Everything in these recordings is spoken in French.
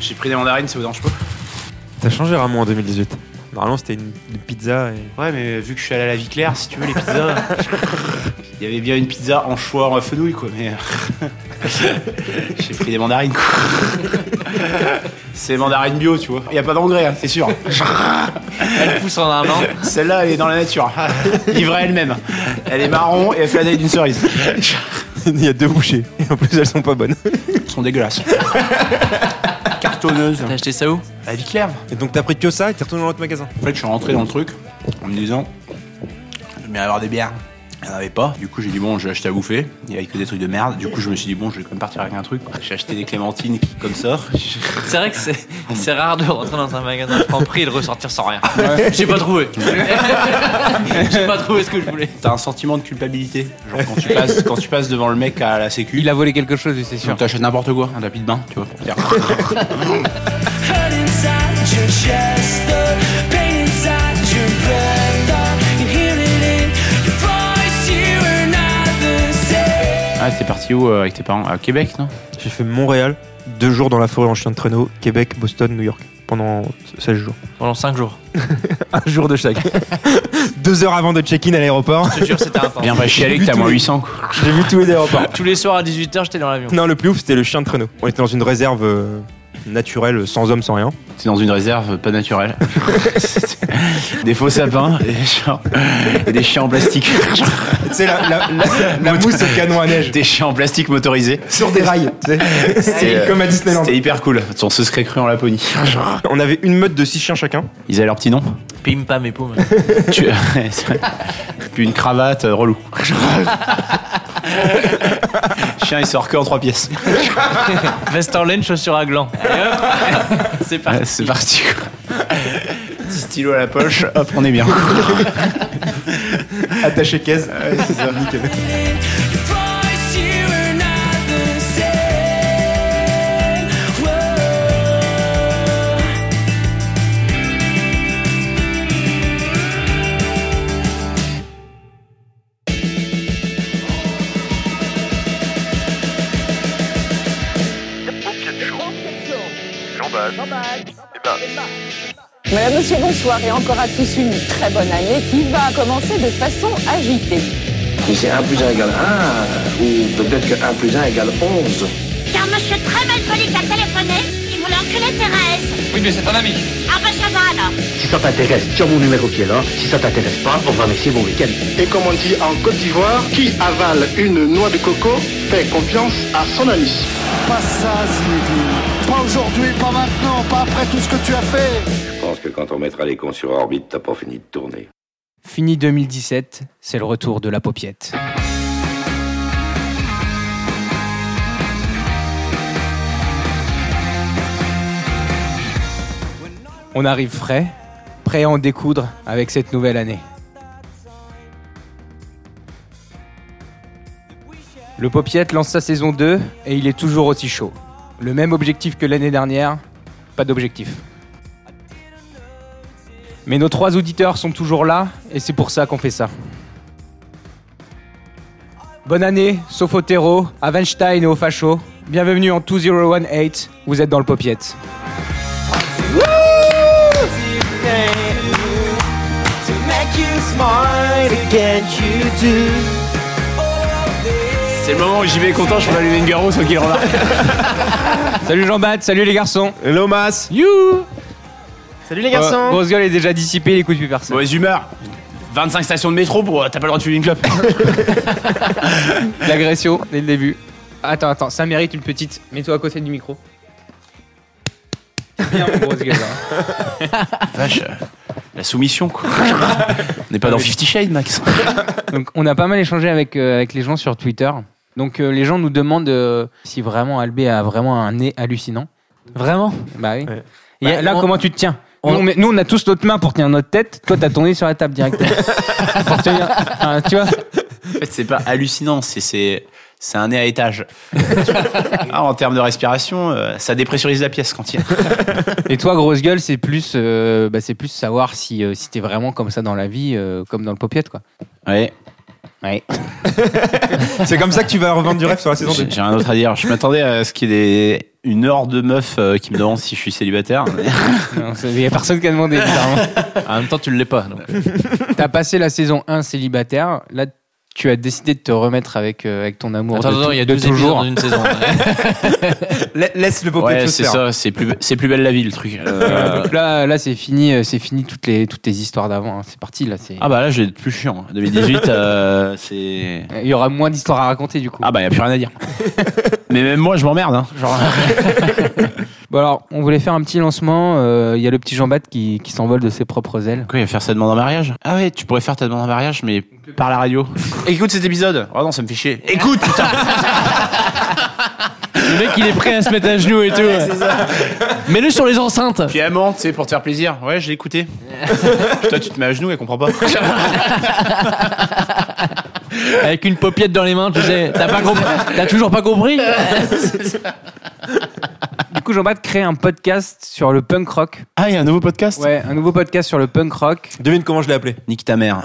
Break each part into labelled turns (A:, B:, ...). A: J'ai pris des mandarines, ça vous dérange pas
B: T'as changé Ramon en 2018. Normalement, c'était une, une pizza et.
A: Ouais, mais vu que je suis allé à la vie claire, si tu veux, les pizzas. Il y avait bien une pizza en choix en fenouil, quoi, mais. euh, J'ai pris des mandarines, quoi. C'est mandarines bio, tu vois. Il n'y a pas d'engrais, hein, c'est sûr.
C: Elle pousse en un an.
A: Celle-là, elle est dans la nature. Livrée à elle-même. Elle est marron et elle fait la taille d'une cerise.
B: Il y a deux bouchées. Et en plus, elles sont pas bonnes.
A: Elles sont dégueulasses. Cartonneuses.
C: T'as acheté ça où
A: La vie claire.
B: Et donc, t'as pris que ça et t'es retourné dans l'autre magasin.
A: En fait, je suis rentré dans le truc en me disant, je vais avoir des bières. Il n'y en avait pas. Du coup, j'ai dit, bon, je vais acheter à bouffer. Il n'y avait que des trucs de merde. Du coup, je me suis dit, bon, je vais quand même partir avec un truc. J'ai acheté des clémentines comme ça.
C: C'est vrai que c'est c'est rare de rentrer dans un magasin de Franprix et de ressortir sans rien. J'ai pas trouvé. J'ai pas trouvé ce que je voulais.
A: T'as un sentiment de culpabilité. Genre, quand tu passes, quand tu passes devant le mec à la sécu,
D: Il a volé quelque chose, lui, c'est sûr.
A: donc t'achètes n'importe quoi, un tapis de bain, tu vois. pour faire-
E: hurt inside your chest, the pain inside your breath. uh, You hear it in your voice, you are not the same.
A: Ah, t'es parti où euh, avec tes parents À Québec, non
B: J'ai fait Montréal, deux jours dans la forêt en chien de traîneau, Québec, Boston, New York, pendant 16 jours.
C: Pendant 5 jours.
B: Un jour de chaque. deux heures avant de check-in à l'aéroport,
C: Je te jure, c'était important.
A: Bien, va chialer que t'as moins 800, quoi.
B: j'ai vu tous les aéroports.
C: Tous les soirs à 18h, j'étais dans l'avion.
B: Non, le plus ouf, c'était le chien de traîneau. On était dans une réserve euh, naturelle, sans homme, sans rien.
A: T'es dans une réserve pas naturelle. des faux sapins et des chiens, et des chiens en plastique.
B: Tu sais, la, la- la- la mousse au canon à neige.
A: Des chiens en plastique motorisés.
B: Sur des rails, tu sais.
A: C'était-
B: C'est comme à Disneyland.
A: C'était hyper cool. Son se serait cru en Laponie.
B: On avait une meute de six chiens chacun.
A: Ils avaient leur petit nom.
C: Pim pam et poum.
A: Tu- Puis une cravate euh, relou. Chien, il sort que en trois pièces.
C: Veste en laine, chaussures à gland. Et hop, C'est
A: Ouais,
C: parti.
A: C'est parti. quoi. Petit Stylo à la poche, hop, on est bien.
B: Attaché caisse.
E: in your voice, you are not the same. Whoa.
F: Madame, monsieur, bonsoir et encore à tous une très bonne année qui va commencer de façon agitée.
G: Et c'est 1 plus 1 égale 1, ou peut-être que 1 plus 1 égale 11.
H: Car monsieur très malpoli qui a téléphoné, il voulait enculer Thérèse.
D: Oui, mais c'est un ami.
H: Ah ben ça va alors.
G: Si ça t'intéresse, sur mon numéro qui est là. Si ça t'intéresse pas, on va laisser mon week-end.
I: Et comme on dit en Côte d'Ivoire, qui avale une noix de coco fait confiance à son ami. Pas ça, Zinedine. Pas aujourd'hui, pas maintenant, pas après tout ce que tu as fait.
G: Je pense que quand on mettra les cons sur orbite, t'as pas fini de tourner.
D: Fini 2017, c'est le retour de la paupiette. On arrive frais, prêt à en découdre avec cette nouvelle année. Le Popiette lance sa saison 2 et il est toujours aussi chaud. Le même objectif que l'année dernière, pas d'objectif. Mais nos trois auditeurs sont toujours là et c'est pour ça qu'on fait ça. Bonne année, sauf au terreau, à Weinstein et au facho. Bienvenue en 2018, vous êtes dans le popiette.
A: C'est le moment où j'y vais content, je peux allumer une garou sans qu'il remarque.
D: Salut Jean-Baptiste, salut les garçons.
B: Hello, Mas.
D: You
A: Salut les
D: euh, Grosse gueule est déjà dissipée, il écoute plus personne.
A: Mauvaise humeur. 25 stations de métro pour. euh, T'as pas le droit de fumer une clope.
D: L'agression dès le début. Attends, attends, ça mérite une petite. Mets-toi à côté du micro. Bien, mon grosse gueule. hein.
A: Vache, euh, la soumission quoi. On n'est
B: Ah,
A: pas dans 50 Shades, Max.
D: Donc, on a pas mal échangé avec, euh, avec les gens sur Twitter. Donc, euh, les gens nous demandent euh, si vraiment Albé a vraiment un nez hallucinant.
C: Vraiment
D: Bah oui.
B: Ouais.
D: Bah,
C: Y a-
D: là,
C: on-
D: comment tu te tiens
C: on-
D: nous on, met- nous, on a tous notre main pour tenir notre tête. Toi, t'as ton nez sur la table directement. Pour tenir- enfin, tu vois
A: En fait, c'est pas hallucinant, c'est- c'est c'est un nez à étage. Ah, en termes de respiration, euh, ça dépressurise la pièce quand il y a.
D: Et toi, grosse gueule, c'est plus, euh, bah, c'est plus savoir si, euh, si t'es vraiment comme ça dans la vie, euh, comme dans le popiette, quoi.
A: Ouais.
D: Ouais.
B: C'est comme ça que tu vas revendre du rêve sur la saison 2.
A: J'ai j'ai rien d'autre à dire. Je m'attendais à ce qu'il y ait des- une horde de meufs euh, qui me demandent si je suis célibataire. mais-
D: Non, c'est- Il n'y a personne qui a demandé. bizarrement.
J: En même temps, tu ne l'es pas. Donc. euh.
D: T'as passé la saison 1 célibataire. Là, tu as décidé de te remettre avec, euh, avec ton amour.
J: Attends,
D: de,
J: attends,
D: tou-
J: il y a
D: de
J: deux épisodes
D: toujours.
J: dans une saison.
B: Laisse le beau
A: ouais,
B: se
A: c'est
B: faire.
A: ça. C'est plus, c'est plus belle la vie le truc. Euh,
D: Donc là, là c'est fini, euh, c'est fini toutes les, toutes les histoires d'avant. hein. C'est parti. Là, c'est-
A: ah bah là, je vais être plus chiant. 2018, euh, c'est.
J: bah.
D: Il y aura moins d'histoires à raconter du coup.
A: Ah bah y a plus rien à dire. mais même moi, je m'emmerde. Hein. Genre.
D: Bon alors, on voulait faire un petit lancement. euh, Il y a le petit Jean-Bat qui, qui s'envole de ses propres ailes.
A: Quoi, il va faire sa demande en mariage Ah ouais, tu pourrais faire ta demande en mariage, mais par la radio. Écoute cet épisode. Oh non, ça me fait chier. Écoute, putain.
J: Le mec, il est prêt à se mettre à genoux et tout. Mets-le sur les enceintes.
A: Puis amant, tu sais, pour te faire plaisir. Ouais, je l'ai écouté. Toi, tu te mets à genoux, elle comprend pas.
J: Avec une paupiette dans les mains, tu sais. T'as pas compris T'as toujours pas compris
D: Du coup, Jean-Bat crée un podcast sur le punk rock.
A: Ah, il y a un nouveau podcast
D: Ouais, un nouveau podcast sur le punk rock.
B: Devine comment je l'ai appelé.
A: Nique ta mère.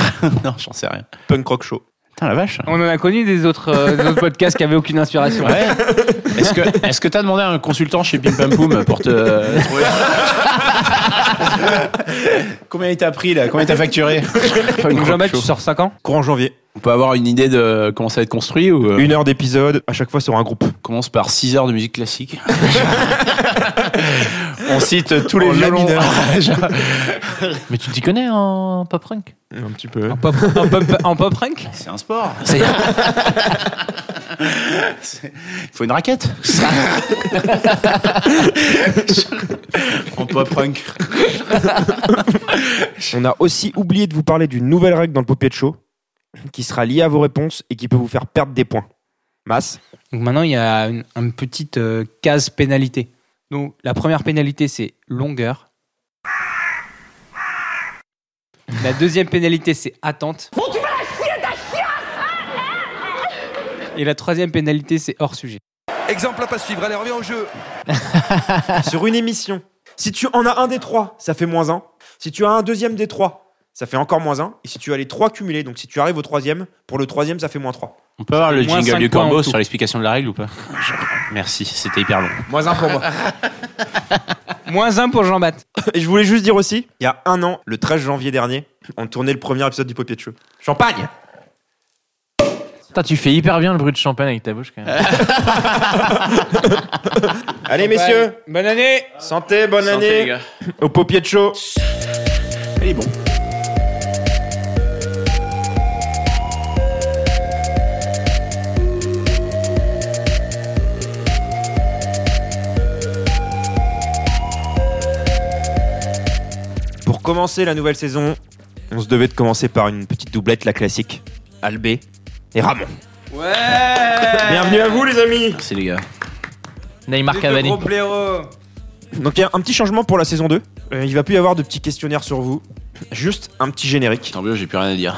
A: non, j'en sais rien.
B: Punk Rock Show.
A: Putain, la vache.
D: On en a connu des autres, euh, des autres podcasts qui avaient aucune inspiration.
A: Ouais. Est-ce que est-ce que t'as demandé à un consultant chez Pim Pam Poum pour te euh, trouver Combien il t'a pris là Combien il t'a facturé
D: Donc Jean-Bat, tu sors 5 ans
B: Courant janvier.
A: On peut avoir une idée de comment ça va être construit ou euh,
B: Une heure d'épisode, à chaque fois sur un groupe.
A: on commence par 6 heures de musique classique. on cite tous les
B: En la
A: violons.
B: mineur.
J: Mais tu t'y connais en pop punk
B: Un petit peu.
D: en pop, en pop- en pop punk
A: C'est un sport. C'est- Il faut une raquette. en pop punk.
B: On a aussi oublié de vous parler d'une nouvelle règle dans le Popier de Show qui sera liée à vos réponses et qui peut vous faire perdre des points. Masse.
D: Donc maintenant, il y a une, une petite euh, case pénalité. Donc la première pénalité, c'est longueur. La deuxième pénalité, c'est attente. Et la troisième pénalité, c'est hors sujet.
K: Exemple à pas suivre, allez, reviens au jeu.
B: sur une émission. Si tu en as un des trois, ça fait moins un. Si tu as un deuxième des trois, ça fait encore moins un. Et si tu as les trois cumulés, donc si tu arrives au troisième, pour le troisième, ça fait moins trois.
A: On peut avoir le
D: Moins
A: jingle
D: cinq
A: du
D: points en
A: corbeau
D: tout.
A: sur l'explication de la règle ou pas Merci, c'était hyper long.
B: Moins un pour moi.
D: Moins un pour Jean-Bat.
B: Et je voulais juste dire aussi, il y a un an, le 13 janvier dernier, on tournait le premier épisode du Popier de Show. Champagne
J: Putain, tu fais hyper bien le bruit de champagne avec ta bouche quand même.
B: Allez messieurs,
D: Bonne année
B: santé, bonne année au Popier de Show.
A: Il est bon.
B: Pour commencer la nouvelle saison, on se devait de commencer par une petite doublette, la classique. Albé et Ramon.
D: Ouais
B: Bienvenue à vous les amis
A: Merci les gars.
J: Neymar Cavani.
B: Donc il y a un petit changement pour la saison 2. Euh, il va plus y avoir de petits questionnaires sur vous. Juste un petit générique.
A: Tant mieux, j'ai plus rien à dire.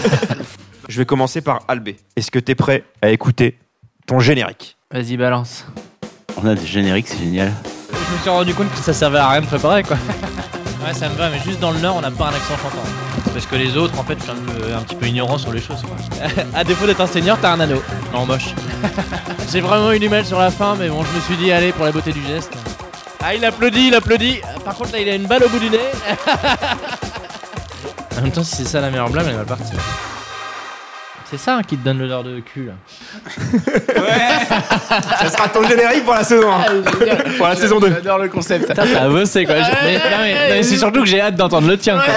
B: Je vais commencer par Albé. Est-ce que t'es prêt à écouter ton générique
J: Vas-y, balance.
A: On a des génériques, c'est génial.
J: Je me suis rendu compte que ça servait à rien de préparer quoi. Ouais, ça me va, mais juste dans le Nord, on n'a pas un accent chantant. Parce que les autres, en fait, je suis un, peu- un petit peu ignorant sur les choses. Quoi. à défaut d'être un seigneur, t'as un anneau. En moche. J'ai vraiment eu du mal sur la fin, mais bon, je me suis dit, allez, pour la beauté du geste. Ah, il applaudit, il applaudit. Par contre, là, il a une balle au bout du nez. en même temps, si c'est ça la meilleure blâme, elle va partir. C'est ça hein, qui te donne l'odeur de cul là.
B: Ça sera ton générique pour la saison 1 Pour la saison 2
A: J'adore le concept.
J: Putain, ça a bossé quoi. Je- mais- non, mais- non, mais c'est surtout que j'ai hâte d'entendre le tien quoi.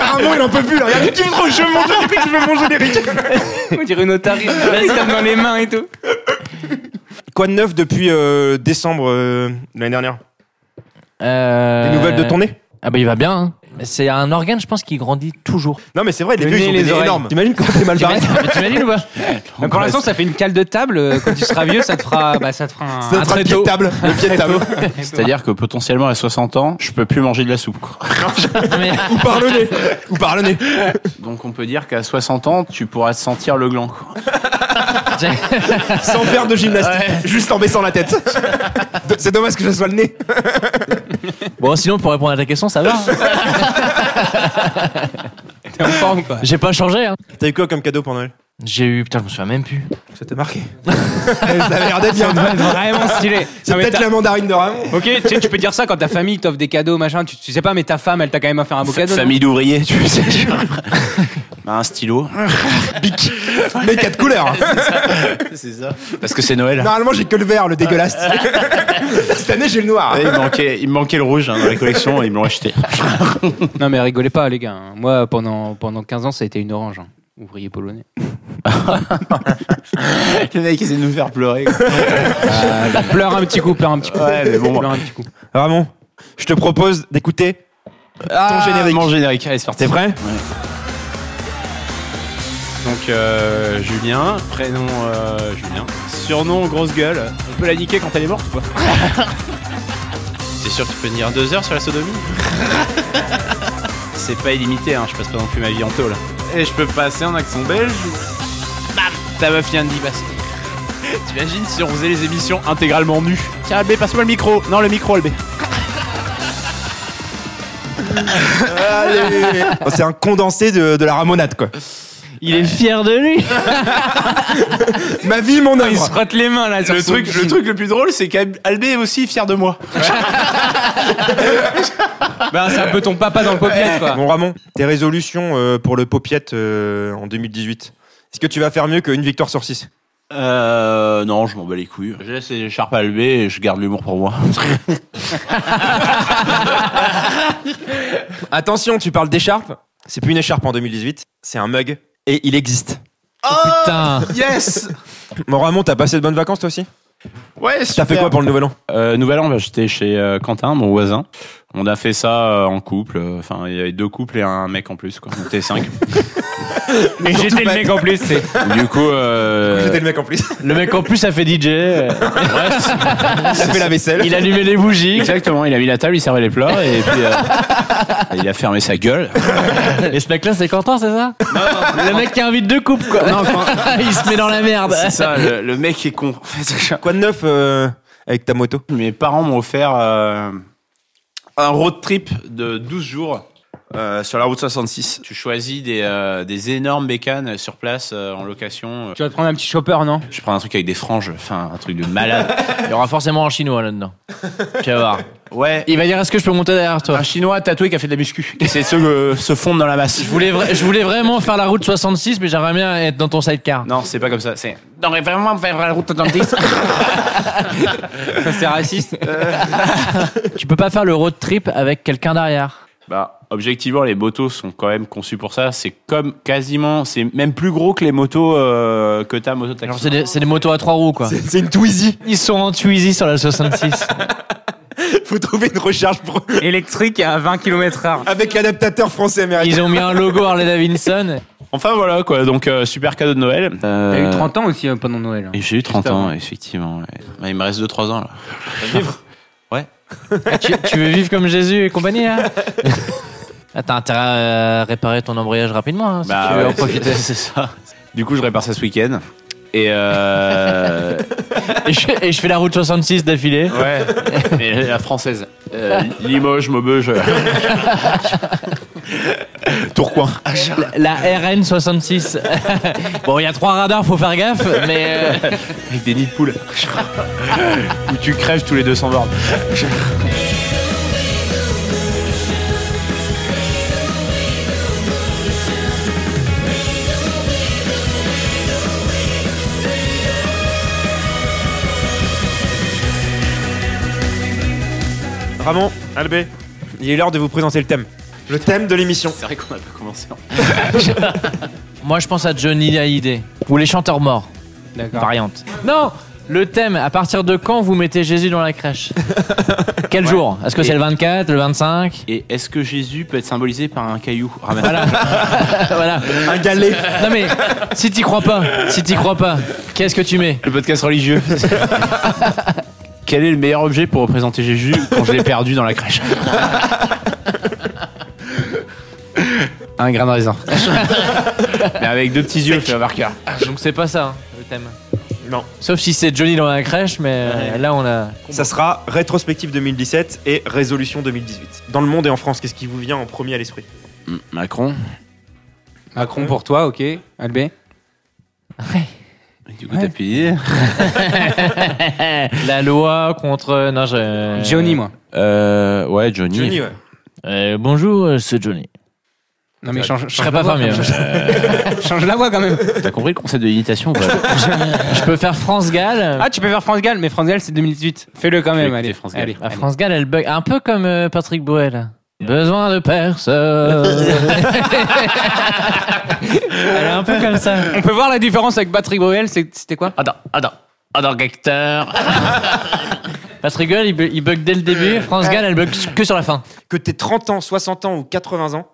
B: Ramon Ah il en peut plus là. Regarde, tu veux trop, je veux mon générique, je veux mon générique
D: On dirait une otarie. Là, il tape dans les mains et tout.
B: Quoi de neuf depuis euh, décembre euh, de l'année dernière Des
J: Euh,
B: nouvelles de ton nez
J: Ah bah il va bien. hein. C'est un organe, je pense, qui grandit toujours.
B: Non mais c'est vrai, les
D: Le
B: vieux
D: nez,
B: ils ont
D: les
B: des nez
D: oreilles.
B: énormes. T'imagines comment t'es mal barré
J: T'imagines ou pas
D: Mais pour l'instant, ça fait une cale de table. Euh, Quand tu seras vieux, ça te fera, bah, ça te fera un,
B: Ça
D: un
B: sera le pied de
D: tréteau.
B: table, le pied de table.
A: C'est-à-dire que potentiellement à 60 ans, je peux plus manger de la soupe. quoi.
J: Non, mais-
B: Ou par le nez Ou par le nez
A: Donc on peut dire qu'à 60 ans, tu pourras sentir le gland. quoi.
B: Sans faire de gymnastique, juste en baissant la tête. C'est dommage que ce soit le nez.
J: hein. Bon, sinon, pour répondre à ta question, ça va.
D: en forme, quoi.
J: J'ai pas changé, hein.
B: T'as eu quoi comme cadeau pour Noël
J: J'ai eu. Putain, je me souviens même plus.
B: Ça t'a marqué Ça a l'air d'être bien.
D: Ça doit être vraiment stylé.
B: C'est
D: Non, mais
B: peut-être
D: t'as-
B: la mandarine de Ramon.
D: Ok, tu sais, tu peux dire ça quand ta famille t'offre des cadeaux, machin. Tu, tu sais pas, mais ta femme, elle t'a quand même offert un beau cadeau. non
A: Famille d'ouvriers, tu sais. genre. un stylo.
B: Les quatre couleurs. hein.
A: C'est ça. Parce que c'est Noël.
B: Normalement, j'ai que le vert, le dégueulasse. Cette année, j'ai le noir.
A: Ouais, il, manquait, il me manquait le rouge hein, dans la collection, ils me l'ont acheté.
D: Non, mais rigolez pas, les gars. hein. Moi, pendant, pendant 15 ans, ça a été une orange. hein. Ouvrier polonais.
A: Le mec essaie de nous faire pleurer.
D: pleure un petit coup, pleure un petit coup.
A: Ouais, mais bon.
D: Pleure un petit coup.
B: Ramon, je te propose d'écouter.
A: Ton générique. Ah, Mon générique, allez, c'est parti.
B: T'es prêt
A: Donc, euh, Julien, prénom euh, Julien. Surnom grosse gueule. On peut la niquer quand elle est morte ou pas T'es sûr que tu peux tenir deux heures sur la sodomie C'est pas illimité, hein, je passe pas non plus ma vie en tôle. Et je peux passer en accent belge ou- Bam Ta meuf vient de d'y passer. T'imagines si on faisait les émissions intégralement nues Tiens, Albé, passe-moi le micro Non, le micro, Albé.
B: C'est un condensé de, de la Ramonade, quoi.
J: Il est fier de lui.
B: Ma vie, mon
D: Il
B: œuvre.
D: se frotte les mains, là. sur
A: Le
D: son
A: truc, le
D: jean.
A: truc le plus drôle, c'est qu'Albé est aussi fier de moi.
D: Ben, c'est un peu ton papa dans le paupiette, quoi.
B: Bon, Ramon, tes résolutions euh, pour le Popiette euh, en 2018. Est-ce que tu vas faire mieux qu'une victoire sur 6
A: Euh, non, je m'en bats les couilles. Je laisse les écharpes à lever et je garde l'humour pour moi.
B: Attention, tu parles d'écharpe. C'est plus une écharpe en 2018, c'est un mug. Et il existe.
A: Oh,
J: Putain.
A: Yes
B: Bon, Ramon, t'as passé de bonnes vacances, toi aussi
A: Ouais,
B: T'as fait quoi pour le nouvel an
A: euh, Nouvel an, bah, j'étais chez euh, Quentin, mon voisin. On a fait ça euh, en couple. Enfin, il y avait deux couples et un mec en plus, quoi. On était cinq.
D: Et j'étais le
B: pas-
D: mec en plus, c'est.
A: du coup, euh,
B: J'étais le mec en plus.
J: Le mec en plus a fait DJ. euh,
B: Il a fait la vaisselle.
J: Il allumait les bougies.
A: exactement, il a mis la table, il servait les plats et puis euh, il a fermé sa gueule.
J: Et ce mec-là, c'est Quentin, c'est ça Le mec qui invite deux coupes, quoi. Il se met dans la merde.
A: C'est ça, Ah, le, le mec est con. en fait.
B: Quoi de neuf euh, avec ta moto
A: Mes parents m'ont offert euh, un road trip de 12 jours euh, sur la route 66. Tu choisis des, euh, des énormes bécanes sur place euh, en location.
D: Tu vas te prendre un petit chopper, non
A: Je prends un truc avec des franges, enfin un truc de malade.
J: Il y aura forcément un chinois là-dedans. Tu vas voir.
A: Ouais.
J: Il va dire Est-ce que je peux monter derrière toi
A: Un chinois tatoué qui a fait de la muscu. Et c'est ceux que euh, se fondent dans la masse.
J: je voulais, vra- je voulais vraiment faire la route 66, mais j'aimerais bien être dans ton sidecar.
A: Non, c'est pas comme ça. C'est. Non, mais vraiment faire la route atlantique.
D: Ça, c'est raciste.
J: Tu peux pas faire le road trip avec quelqu'un derrière.
A: Bah, objectivement, les motos sont quand même conçues pour ça. C'est comme quasiment. C'est même plus gros que les motos euh, que ta moto
J: Genre, c'est des, c'est des motos à trois roues, quoi.
B: C'est une Twizy.
J: Ils sont en Twizy sur la 66.
B: Faut trouver une recharge pour-
D: Électrique à 20 km h
B: avec l'adaptateur français-américain.
J: Ils ont mis un logo Harley Davidson.
A: Enfin voilà quoi. Donc, euh, super cadeau de Noël.
D: T'as eu 30 ans aussi euh, pendant Noël. hein.
A: Et j'ai eu 30 ans, effectivement. ouais. Bah, il me reste 2-3 ans là.
J: Ah, tu, tu veux vivre comme Jésus et compagnie, là ah, T'as intérêt à euh, réparer ton embrayage rapidement, hein, si tu veux en profiter.
A: C'est ça. Bah Du coup, je répare ça ce week-end. Et euh...
J: Et je, et je fais la route 66 d'affilée.
A: ouais, et la française. Euh, Limoges, Maubeuge. Tourcoing.
J: La RN 66. bon, il y a trois radars, faut faire gaffe, mais. euh,
A: Avec des nids de poules. Où tu crèves tous les 200 bornes.
B: Ramon, Albé, il est l'heure de vous présenter le thème. Le thème de l'émission.
A: C'est vrai qu'on n'a pas commencé.
J: Moi, je pense à Johnny Hallyday. Ou les chanteurs morts.
D: D'accord.
J: Variante. Non Le thème, à partir de quand vous mettez Jésus dans la crèche Quel jour Est-ce que c'est le 24, le 25
A: Et est-ce que Jésus peut être symbolisé par un caillou Ramène.
J: Voilà.
B: Un galet.
J: Non mais, si t'y crois pas, si t'y crois pas, qu'est-ce que tu mets
A: Le podcast religieux. Quel est le meilleur objet pour représenter Jésus quand je l'ai perdu dans la crèche Un grain de raisin. Mais avec deux petits yeux, fait un marqueur.
J: Donc c'est pas ça, hein, le thème.
B: Non.
J: Sauf si c'est Johnny dans la crèche, mais euh, là on a...
B: Ça sera rétrospective 2017 et résolution 2018. Dans le monde et en France, qu'est-ce qui vous vient en premier à l'esprit
A: Macron.
D: Macron pour toi, ok. Albé
A: Et Du coup, t'as plus d'idée.
J: La loi contre. Non, je-
D: Johnny, moi.
L: Euh, ouais, Johnny.
B: Johnny, ouais.
L: Euh, bonjour, euh, c'est Johnny.
D: Non, mais change, change
J: serais
D: la
J: pas
D: voix,
J: fermier,
D: change- Change la voix quand même.
L: T'as compris le concept de l'imitation ou pas
J: Je peux faire France Gall.
D: Ah, tu peux faire France Gall, mais France Gall, c'est 2018. Fais-le quand même,
L: vais
D: allez.
L: écouter France Gall.
D: Allez,
J: Ah,
D: allez.
J: France Gall, elle bug. Un peu comme euh, Patrick Bruel. Besoin de personne. elle est un peu comme ça.
D: On peut voir la différence avec Patrick Bruel, c'est- c'était quoi
J: Attends, attends. Attends, Gacteur. Patrick Bruel, il, bu- il bug dès le début. France Gall, elle bug que sur la fin.
B: Que t'aies 30 ans, 60 ans ou 80 ans,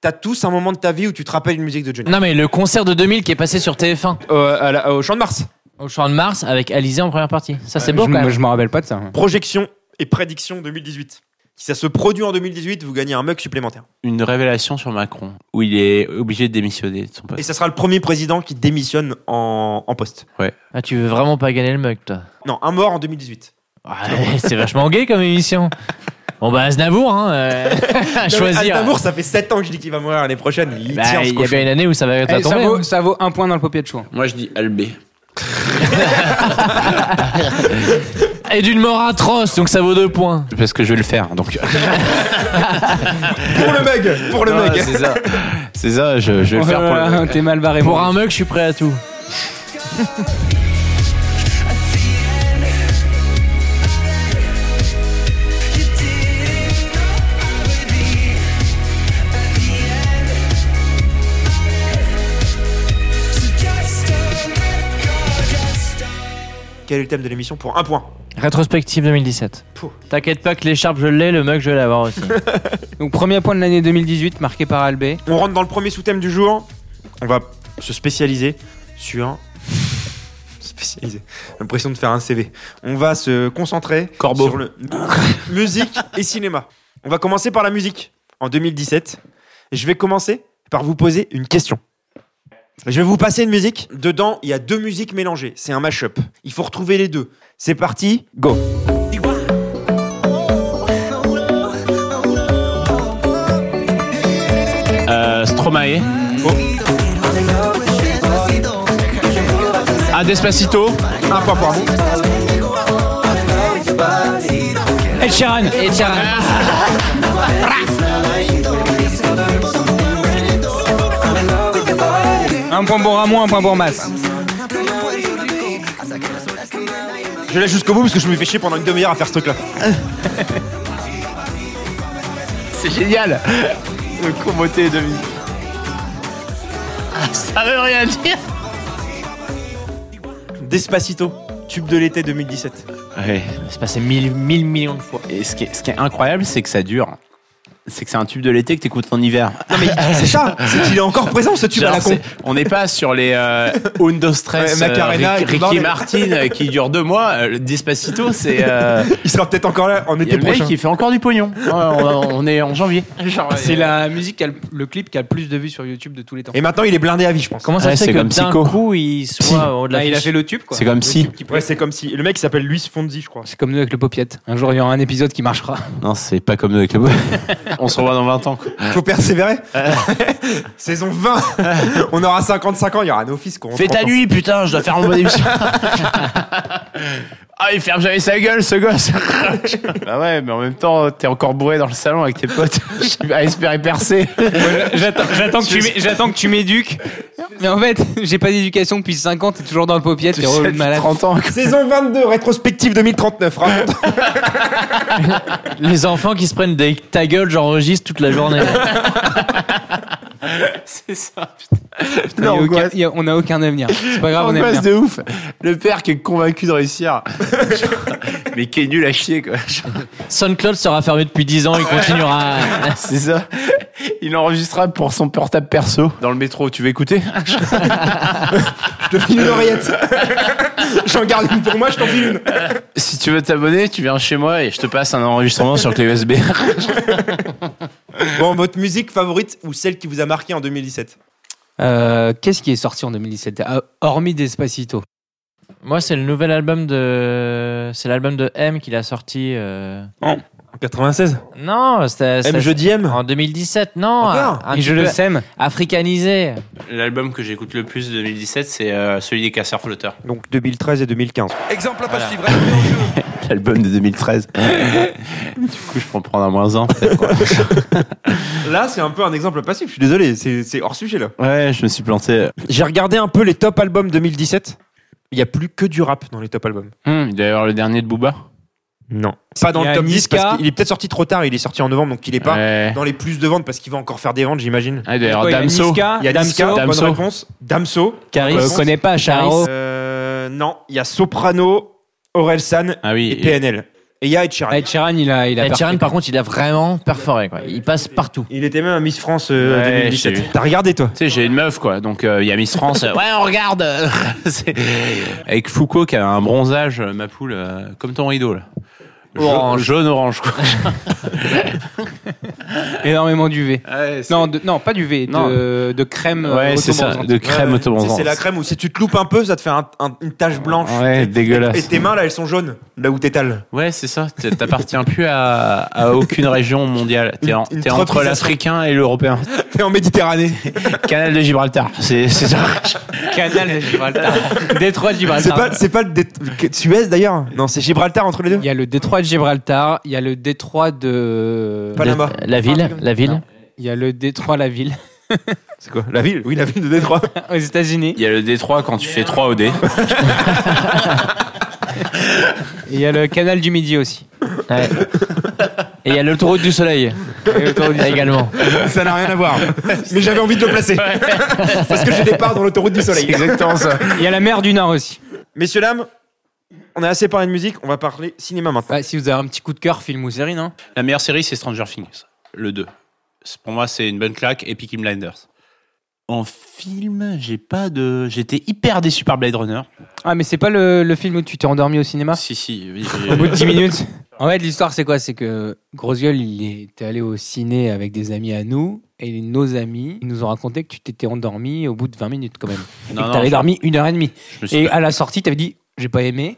B: t'as tous un moment de ta vie où tu te rappelles une musique de Johnny.
J: Non, mais le concert de 2000 qui est passé sur TF1
B: Euh, à la- au Champ de Mars.
J: au Champ de Mars avec Alizé en première partie. Ça, c'est
D: Je
J: beau quand
D: m-
J: même.
D: Je me rappelle pas de ça.
B: Projection et prédiction 2018. Si ça se produit en 2018, vous gagnez un mug supplémentaire.
L: Une révélation sur Macron, où il est obligé de démissionner de son poste.
B: Et ça sera le premier président qui démissionne en, en poste.
J: Ah, tu veux vraiment pas gagner le mug, toi
B: Non, un mort en 2018.
J: Ouais, c'est vachement gay comme émission. Bon bah Aznavour, hein, euh, à choisir.
B: Aznavour, ça fait 7 ans que je dis qu'il va mourir l'année prochaine. Il
J: Bah,
B: tient ce
J: il y a
B: cochon.
J: bien une année où ça va
D: Eh, ça,
J: tomber. hein.
D: vaut, ça vaut un point dans le papier de chou.
L: Moi, je dis Albé.
J: Et d'une mort atroce, donc ça vaut deux points.
L: Parce que je vais le faire, donc.
B: Pour le mug Pour le
L: Ah,
B: mug
L: c'est ça. C'est ça, je, je vais le faire pour le.
D: T'es mal barré.
J: Pour
D: mon
J: un mug, je suis prêt à tout.
B: Quel est le thème de l'émission pour un point
J: Rétrospective 2017.
B: Pouh.
J: T'inquiète pas que l'écharpe je l'ai, le mug je vais l'avoir aussi.
D: Donc premier point de l'année 2018 marqué par Albé.
B: On rentre dans le premier sous-thème du jour. On va se spécialiser sur. Spécialiser. J'ai l'impression de faire un CV. On va se concentrer
L: Corbeau.
B: sur le musique et cinéma. On va commencer par la musique en 2017. Je vais commencer par vous poser une question. Je vais vous passer une musique. Dedans, il y a deux musiques mélangées. C'est un mash-up. Il faut retrouver les deux. C'est parti, go.
L: Euh, Stromae.
A: Ah, Despacito.
B: Un point pour vous.
J: Et Sharon Ah, Et Sharon
D: Un point pour Ramon, un point pour Mas.
B: Je laisse jusqu'au bout parce que je me fais chier pendant une demi-heure à faire ce truc-là.
A: C'est génial. Le comboté de vie. Ça veut rien dire.
B: Despacito, tube de l'été 2017.
L: Ouais.
J: C'est passé mille, mille millions de fois.
L: Et ce qui est, ce qui est incroyable, c'est que ça dure. C'est que c'est un tube de l'été que t'écoutes en hiver.
B: Non mais c'est ça, c'est qu'il est encore présent ce tube à
L: Genre,
B: la con.
L: c'est- on n'est pas sur les euh, Undo Stress,
B: Ouais, Macarena
L: euh,
B: et tout le
L: Ricky, Ricky
B: bordel.
L: Martin euh, qui dure deux mois. euh, le Despacito, c'est. euh,
B: Il sera peut-être encore là en
L: Il y a
B: été
L: le mec
B: prochain.
L: qui fait encore du pognon. Ouais, on, on est en janvier.
D: C'est la musique, qui a le, le clip qui a le plus de vues sur YouTube de tous les temps.
B: Et maintenant il est blindé à vie, je pense.
J: Comment ça
L: Ouais,
J: se fait
L: c'est
J: que
L: comme
J: d'un
L: Psycho.
J: coup il soit au-delà
D: Là, Bah, il a fait le tube, quoi.
L: C'est comme
D: Le
L: si.
D: tube qui plaît.
B: Ouais, c'est comme si le mec il s'appelle Luis Fonzi, je crois.
D: C'est comme nous avec le popiette. Un jour, il y aura un épisode qui marchera.
L: Non, c'est pas comme nous avec le bois. on se revoit dans 20 ans. quoi.
B: Faut persévérer. Saison 20. On aura 55 ans, il y aura nos fils qu'on
L: Fais ta nuit, putain, je dois faire mon bon émission. ah, il ferme jamais sa gueule, ce gosse. bah ouais, mais en même temps, t'es encore bourré dans le salon avec tes potes
J: Ah,
L: à espérer percer.
D: J'attends j'attends que, tu m'é- j'attends que tu m'éduques. Mais en fait, j'ai pas d'éducation depuis 5 ans, t'es toujours dans le popiette, t'es relou de malade.
L: 30 ans.
B: Saison 22, rétrospective 2039. raconte.
J: Les enfants qui se prennent des ta gueule, j'enregistre toute la journée.
L: C'est ça.
D: Il y a aucun- il y a- on a aucun avenir. C'est pas grave, on aime
L: Angoisse
D: bien.
L: de ouf. Le père qui est convaincu de réussir. mais qui est nul à chier, quoi.
J: SoundCloud sera fermé depuis 10 ans, il continuera.
L: C'est ça. Il enregistra pour son portable perso. Dans le métro, tu veux écouter
B: Je te file une oreillette. J'en garde une pour moi, je t'en file une.
L: Si tu veux t'abonner, tu viens chez moi et je te passe un enregistrement sur clé USB.
B: Bon, votre musique favorite ou celle qui vous a marqué en 2017
D: Euh, Qu'est-ce qui est sorti en 2017 Ah, Hormis Despacito.
J: Moi, c'est le nouvel album de. C'est l'album de M qu'il a sorti. euh,
B: 96
J: Non, c'était.
B: M
J: c'était-
B: jeudi M
J: En 2017, non. euh,
B: Encore
J: Ah,
B: Ah,
J: un- un
D: Et je
J: petit
D: le
J: peu
D: sème.
J: Africanisé.
A: L'album que j'écoute le plus de 2017, c'est euh, celui des Casseurs Flotteurs.
B: Donc 2013 et 2015.
A: Exemple à pas suivre.
L: L'album de 2013. du coup, je peux en prendre un moins un. peut-être, quoi.
B: Là, c'est un peu un exemple passif. Je suis désolé, c'est c'est hors sujet là.
L: ouais, je me suis planté.
B: J'ai regardé un peu les top albums 2017. Il n'y a plus que du rap dans les top albums.
L: Hum, il doit y avoir le dernier de Booba.
B: Non. Pas dans
L: Il y
B: le
L: a
B: top 10
L: Niska.
B: parce qu'il est peut-être sorti trop tard. Il est sorti en novembre, donc il est pas
L: Ouais.
B: dans les plus de ventes parce qu'il va encore faire des ventes, j'imagine.
L: Ah, il doit y avoir Il y a quoi, il y a Damso. Niska,
B: Il y a
L: Damso,
B: Niska,
L: Damso.
B: bonne réponse. Damso. Bonne
L: Caris. Euh,
B: réponse.
L: connais pas, Charo.
B: Euh, non, il y a Soprano, Orelsan
L: Ah
B: et PNL. Et il y a Ed Sheeran.
D: Ah, Ed Sheeran, il a, il a
J: Ed Sheeran,
D: parfait.
J: Eh, par contre, il a vraiment perforé. Quoi. Il passe partout.
B: Il était même à Miss France euh,
L: Ouais,
B: 2017.
L: j'ai vu.
B: T'as regardé toi
L: Tu sais, j'ai une meuf, quoi. Donc, euh, il y a Miss France. euh, ouais, on regarde. euh, c'est- Avec Foucault qui a un bronzage, euh, ma poule, euh, comme ton rideau, là. Ja-
D: Orange.
L: Jaune, orange, quoi.
D: Énormément d'UV.
L: Ouais,
D: non, de- non, pas d'UV,
L: Non.
D: de, de crème. euh,
L: Ouais, c'est ça, de crème
B: Ouais, ouais.
L: autobronzante.
B: Tu sais, C'est la crème où si tu te loupes un peu, ça te fait un- un- une tache blanche.
L: Ouais, dégueulasse.
B: Et tes mains là, elles sont jaunes, là où t'étales.
L: Ouais, c'est ça. T'es- T'appartiens plus à, à aucune région mondiale. T'es en-
B: Une- une
L: t'es entre
B: trottisation.
L: l'Africain et l'Européen.
B: T'es en Méditerranée.
L: Canal de Gibraltar. C'est c'est ça.
D: Canal de Gibraltar. Détroit de
B: C'est
D: Gibraltar.
B: pas, c'est pas le dé- le Suez d'ailleurs Non, c'est Gibraltar entre les deux.
D: Il y a le détroit de Gibraltar, il y a le détroit de.
B: Panama.
J: La ville, la ville.
D: Non. Il y a le détroit, la ville.
B: C'est quoi La ville Oui, la ville de Détroit.
D: Aux États-Unis.
L: Il y a le Détroit quand tu fais 3 au dé.
D: Et Il y a le canal du Midi aussi.
J: Ouais. Et il y a l'autoroute du soleil.
D: Et autour du-
J: Également.
B: Ça n'a rien à voir. Mais j'avais envie de le placer. Parce que je départ dans l'autoroute du soleil.
L: exactement ça.
D: Il y a la mer du Nord aussi.
B: Messieurs, dames, on a assez parlé de musique, on va parler cinéma maintenant.
D: Ouais, si vous avez un petit coup de cœur, film ou série, non
A: La meilleure série, c'est Stranger Things, le 2. C'est- Pour moi, c'est une bonne claque et Peaky Blinders. En film, j'ai pas de. J'étais hyper déçu par Blade Runner.
D: Ah, mais c'est pas le, le film où tu t'es endormi au
B: Ah.
D: cinéma
A: Si, si. oui,
D: Au bout de 10 minutes En fait, l'histoire, c'est quoi C'est que Grosse Gueule, il était allé au ciné avec des amis à nous. Et nos amis, ils nous ont raconté que tu t'étais endormi au bout de 20 minutes quand même.
A: Non,
D: et que
A: non,
D: t'avais
A: je-
D: dormi une heure et demie.
A: je me suis
D: Et
A: pas-
D: à la sortie, t'avais dit j'ai pas aimé.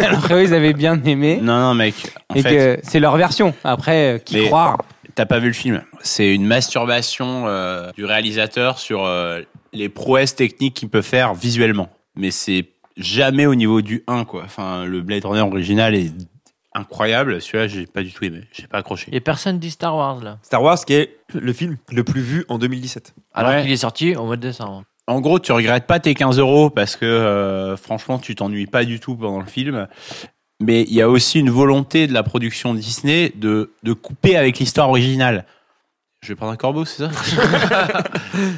D: Alors que eux, ils avaient bien aimé.
A: Non, non, mec. En
D: et
A: fait,
D: que c'est leur version. Après, euh, qui
A: Mais-
D: croire
A: t'as pas vu le film. C'est une masturbation euh, du réalisateur sur euh, les prouesses techniques qu'il peut faire visuellement. Mais c'est jamais au niveau du 1, quoi. Enfin, le Blade Runner original est incroyable. Celui-là, j'ai pas du tout aimé. J'ai pas accroché.
J: Et personne dit Star Wars là.
B: Star Wars, qui est le film le plus vu en 2017.
J: Alors
A: Ah Ouais.
J: qu'il est sorti au mois de décembre.
A: En gros, tu regrettes pas tes 15 euros parce que euh, franchement, tu t'ennuies pas du tout pendant le film. Mais il y a aussi une volonté de la production Disney de, de couper avec l'histoire originale. Je vais prendre un corbeau, c'est ça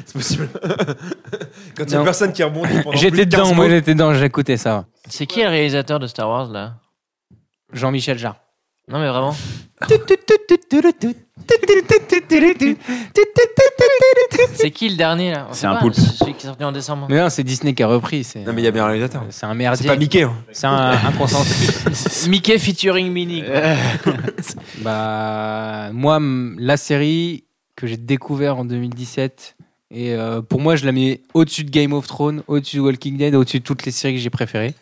B: C'est possible. Quand il y a
D: Non.
B: une personne qui rebondit pendant plus
D: J'étais
B: de 15
D: dedans,
B: mots,
D: moi j'étais dedans, j'écoutais ça.
J: C'est qui le réalisateur de Star Wars là
D: Jean-Michel Jarre.
J: Non mais vraiment. C'est qui le dernier là On
A: C'est
J: sait
A: un
J: pas,
A: poulpe.
J: Celui qui est sorti en décembre.
D: Mais non, c'est Disney qui a repris. C'est euh,
B: Non, mais il y a bien un réalisateur.
D: c'est un
B: C'est
D: merdier.
B: pas Mickey. hein.
D: C'est un, un consensus.
J: Mickey featuring Minnie. quoi.
D: bah, moi, m- la série que j'ai découvert en 2017, et euh, pour moi, je la mets au-dessus de Game of Thrones, au-dessus de Walking Dead, au-dessus de toutes les séries que j'ai préférées,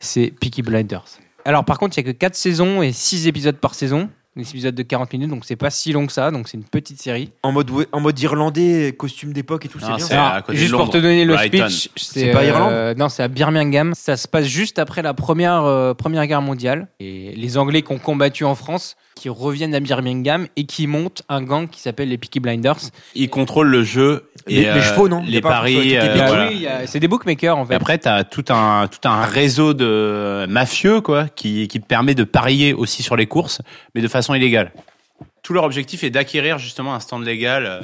D: c'est Peaky Blinders. Alors, par contre, il n'y a que 4 saisons et 6 épisodes par saison. Des épisodes de 40 minutes, donc c'est pas si long que ça, donc c'est une petite série.
B: En mode, en mode irlandais, costume d'époque et tout, c'est
A: Non,
B: bien.
A: c'est-
B: ça.
A: à côté de
D: juste pour
A: Londres.
D: te donner le
A: Brighton.
D: speech, euh,
B: C'est pas Irlande
D: Non, c'est à Birmingham. Ça se passe juste après la première, euh, première guerre mondiale. Et les Anglais qui ont combattu en France, qui reviennent à Birmingham et qui montent un gang qui s'appelle les Peaky Blinders.
A: Ils contrôlent le jeu. Et,
B: Les- les chevaux, non Il y
A: Les
B: a pas un truc
A: paris.
B: sur les
A: euh,
D: Et
A: voilà.
D: oui, il y a- c'est des bookmakers en
A: Et
D: fait.
A: après, t'as tout un, tout un réseau de mafieux, quoi, qui, qui te permet de parier aussi sur les courses, mais de façon illégale. Tout leur objectif est d'acquérir justement un stand légal. euh,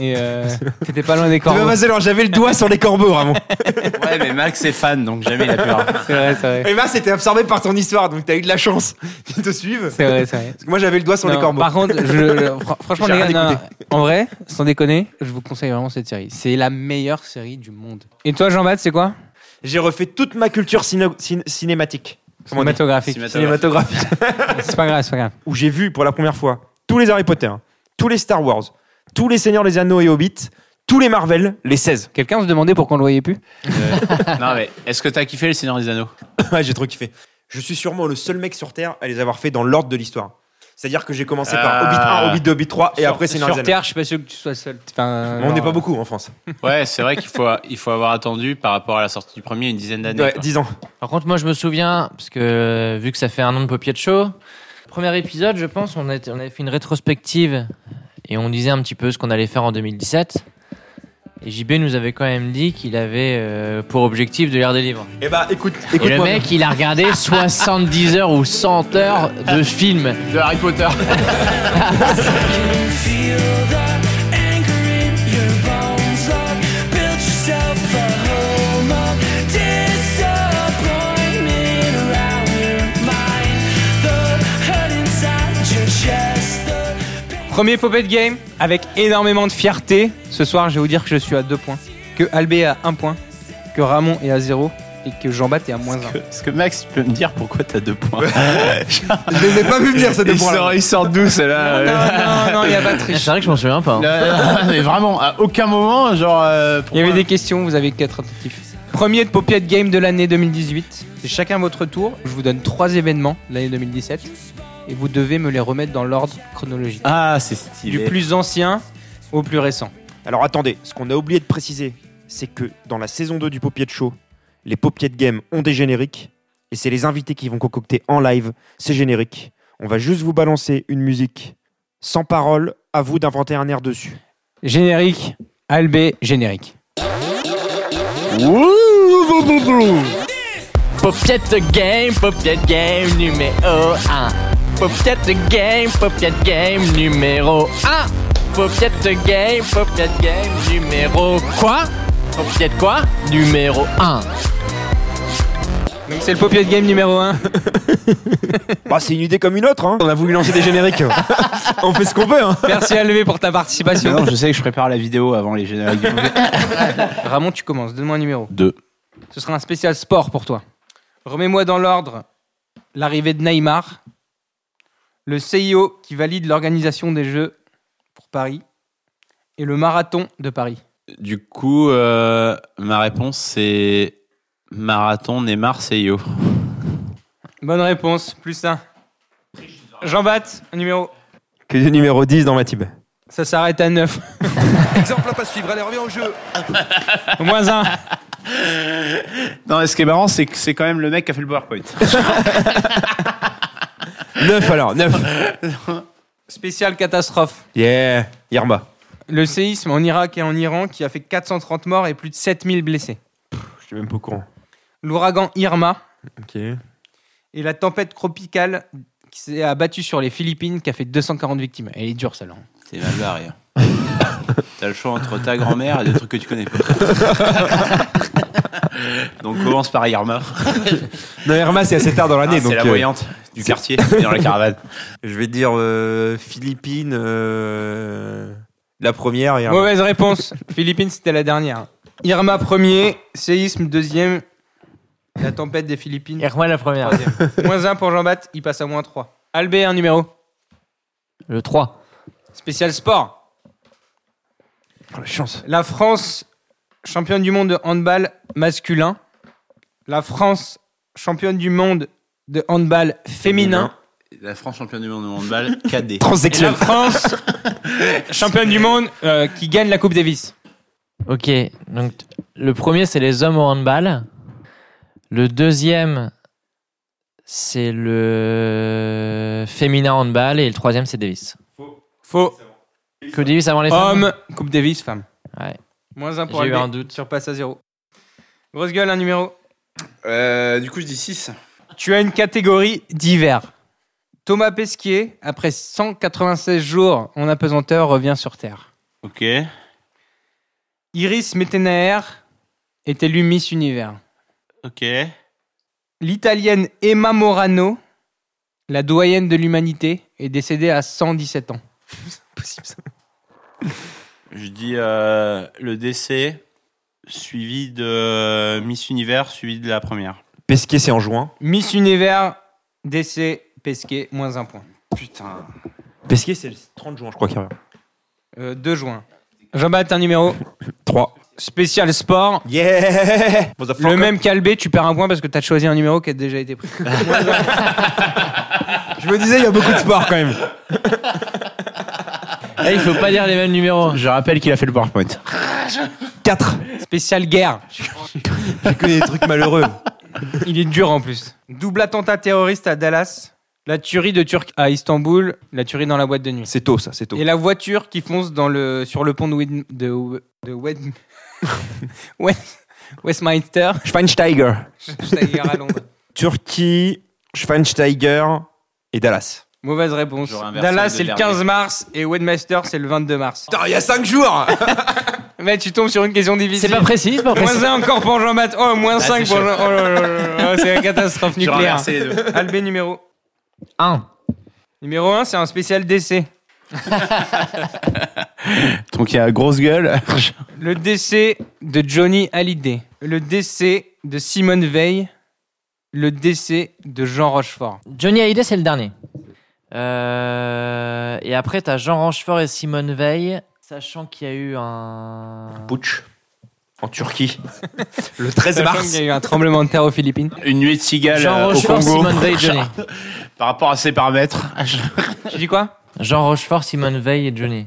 D: Et euh, t'étais pas loin des
B: T'es pas
D: corbeaux.
B: passé loin, j'avais le doigt sur les corbeaux, Ramon.
A: Ouais, mais Max est fan, donc jamais il a peur.
D: C'est vrai, c'est vrai.
B: Et Mars était absorbé par ton histoire, donc t'as eu de la chance qu'ils te suivent.
D: C'est vrai, c'est vrai.
B: Parce que moi, j'avais le doigt sur les
D: Non,
B: corbeaux.
D: Par contre, je- je- fr- franchement,
B: J'ai
D: les gars,
B: rien
D: non, en vrai, sans déconner, je vous conseille vraiment cette série. C'est la meilleure série du monde. Et toi, Jean-Baptiste, c'est quoi
B: J'ai refait toute ma culture cino- cin- cinématique. Comment on dit
D: Cinématographique.
B: Cinématographique.
D: C'est pas grave, c'est pas grave.
B: Où j'ai vu pour la première fois tous les Harry Potter, tous les Star Wars, tous les Seigneurs des Anneaux et Hobbit, tous les Marvel, les 16.
D: Quelqu'un se demandait pourquoi on le voyait plus
A: Euh, non, mais est-ce que t'as kiffé Le Seigneur des Anneaux
B: ouais, j'ai trop kiffé. je suis sûrement le seul mec sur Terre à les avoir fait dans l'ordre de l'histoire. C'est-à-dire que j'ai commencé par Hobbit
A: Ah.
B: 1, Hobbit 2, Hobbit 3, et après c'est
D: Sur
B: Narzen.
D: Terre, je suis pas sûr que tu sois seul. Enfin,
B: Mais on n'est pas beaucoup en France.
A: Ouais, c'est vrai qu'il faut, il faut avoir attendu par rapport à la sortie du premier une dizaine d'années. quoi.
B: ans.
J: Par contre, moi, je me souviens, parce que euh, vu que ça fait un an de Popier de Show, premier épisode, je pense, on, était- on avait fait une rétrospective et on disait un petit peu ce qu'on allait faire en 2017. Et JB nous avait quand même dit qu'il avait euh, pour objectif de lire des livres.
B: Et bah écoute,
J: Et
B: écoute
J: le mec, il a regardé 70 heures ou 100 heures de films.
A: De Harry Potter.
D: Premier Popet Game avec énormément de fierté. Ce soir, je vais vous dire que je suis à 2 points, que Albé est à 1 point, que Ramon est à 0 et que jean bat est à moins 1.
A: Est-ce que Max, tu peux me dire pourquoi t'as deux points
B: Je les ai pas vu venir, ces deux
A: Il
B: points-là.
A: sort- Il sort d'où,
B: Ah
A: celle-là
D: Non, non, il y a pas de triche.
J: C'est vrai que je m'en souviens pas. hein.
A: Non, non, mais vraiment, à aucun moment, genre. euh,
D: Il y avait des questions, vous avez 4 attentifs. Premier de Popiette Game de l'année 2018. C'est chacun votre tour. Je vous donne 3 événements de l'année 2017 et vous devez me les remettre dans l'ordre chronologique.
A: Ah, c'est stylé.
D: Du plus ancien au plus récent.
B: Alors attendez, ce qu'on a oublié de préciser, c'est que dans la saison 2 du Popier de Show, les Popier de Game ont des génériques et c'est les invités qui vont concocter en live ces génériques. On va juste vous balancer une musique sans parole, à vous d'inventer un air dessus.
D: Générique, Albé, générique.
J: Popiette Game, Popiette Game numéro 1. Popiette Game, Popiette Game numéro 1. Popiette Game, Popiette Game numéro quoi Popiette quoi Numéro 1.
D: Donc c'est le Popiette Game numéro 1.
B: Bah, c'est une idée comme une autre, hein. on a voulu lancer des génériques. on fait ce qu'on veut. Hein.
D: Merci Albé pour ta
A: Mais
D: participation.
A: non, je sais que je prépare la vidéo avant les génériques.
D: Ramon, tu commences, donne-moi un numéro.
A: Deux.
D: Ce sera un spécial sport pour toi. Remets-moi dans l'ordre l'arrivée de Neymar, le CIO qui valide l'organisation des Jeux pour Paris et le marathon de Paris.
A: Du coup, euh, ma réponse, c'est Marathon Neymar Seyo.
D: Bonne réponse, plus un. jean bapt numéro.
B: Que du numéro 10 dans ma tib.
D: Ça s'arrête à 9.
I: Exemple à pas suivre, allez, reviens au jeu.
D: Moins un.
A: Non, et ce qui est marrant, c'est que c'est quand même le mec qui a fait le PowerPoint.
B: 9 alors, 9.
D: Spécial catastrophe.
B: Yeah, Irma.
D: Le séisme en Irak et en Iran qui a fait 430 morts et plus de 7000 blessés.
B: Je suis même pas au courant.
D: L'ouragan Irma
B: Ok.
D: Et la tempête tropicale qui s'est abattue sur les Philippines, qui a fait 240 victimes. Elle est dure, celle-là.
A: C'est mal barré. hein. T'as le choix entre ta grand-mère et des trucs que tu connais pas. Donc commence par Irma.
B: Non, Irma, c'est assez tard dans
A: Ah,
B: l'année. donc,
A: c'est la
B: euh,
A: voyante du
B: c'est-
A: quartier qui est dans la caravane.
B: Je vais dire euh, Philippines, euh, la première et Irma.
D: Mauvaise réponse. Philippines, c'était la dernière. Irma, premier. Séisme, deuxième. La tempête des Philippines,
J: Irma la première.
D: troisième. moins un pour Jean-Bat, il passe à moins 3. Albé, un numéro.
J: Le 3.
D: Spécial sport.
B: Oh, la chance.
D: La France, championne du monde de handball masculin. La France, championne du monde de handball féminin.
A: La France championne du monde de handball, KD.
D: Et la
B: Transsexuel.
D: France, championne du monde euh, qui gagne la Coupe Davis.
J: Ok, donc t- le premier, c'est les hommes au handball. Le deuxième, c'est le féminin handball. Et le troisième, c'est Davis.
D: Faux.
J: Que Davis avant les femmes
D: Homme, Coupe Davis, femme.
J: Ouais.
D: Moins un pour
J: J'ai eu
D: Albé.
J: un doute.
D: Surpasse à zéro. Grosse gueule, un numéro.
A: Euh, du coup, je dis 6.
D: Tu as une catégorie divers. Thomas Pesquier, après 196 jours en apesanteur, revient sur Terre.
A: Ok.
D: Iris Mettenaer est élue Miss Univers.
A: Ok.
D: L'italienne Emma Morano, la doyenne de l'humanité, est décédée à 117 ans.
A: Je dis euh, le décès suivi de euh, Miss Univers, suivi de la première.
B: Pesquet, c'est en juin.
D: Miss Univers, décès, Pesquet, moins un point.
A: Putain.
B: Pesquet, c'est le 30 juin, je crois qu'il y a.
D: Euh, 2 juin. Jean-Baptiste, un numéro.
B: 3.
D: Spécial sport.
B: Yeah
D: Le même calbé, tu perds un point parce que t'as choisi un numéro qui a déjà été pris.
B: Je me disais, il y a beaucoup de sport quand même.
J: Ah, il faut pas dire les mêmes numéros.
L: Je rappelle qu'il a fait le PowerPoint.
D: 4. Spécial guerre.
B: J'ai que des trucs malheureux.
D: Il est dur en plus. Double attentat terroriste à Dallas. La tuerie de Turc à Istanbul. La tuerie dans la boîte de nuit.
B: C'est tôt, ça, c'est tôt.
D: Et la voiture qui fonce dans le, sur le pont de, Wid- de, de Wed- West- Westminster.
B: Schweinsteiger.
D: Steiger à Londres.
B: Turquie, Schweinsteiger et Dallas.
D: Mauvaise réponse.
A: J'aurais inversé
D: Dallas,
A: les deux
D: c'est le
A: derniers.
D: 15 mars et Westminster, c'est le 22 mars.
B: Putain, Ah, il y a 5 jours
D: Mais tu tombes sur une question difficile.
J: C'est pas précis, c'est pas
D: Moins
J: précis.
D: 1 encore pour Jean-Baptiste. Oh, moins 5 pour
A: chaud.
D: Jean. Oh là là là là. Oh, c'est la catastrophe
A: J'ai
D: nucléaire.
A: renversé les deux.
D: Albé numéro.
J: 1.
D: Numéro 1, c'est un spécial décès.
L: Donc il y a grosse gueule.
D: Le décès de Johnny Hallyday. Le décès de Simone Veil. Le décès de Jean Rochefort.
J: Johnny Hallyday, c'est le dernier. Euh, et après, t'as Jean Rochefort et Simone Veil, sachant qu'il y a eu un.
B: Putsch. En Turquie. Le 13
D: Sachant qu'il
B: mars.
D: y a eu un tremblement de terre aux Philippines.
L: Une nuit de cigale
J: Jean
L: euh, au
J: Rochefort,
L: Congo.
J: Simone Veil, Johnny.
L: Par rapport à ses paramètres.
D: Tu dis quoi
J: Jean Rochefort, Simone Veil et Johnny.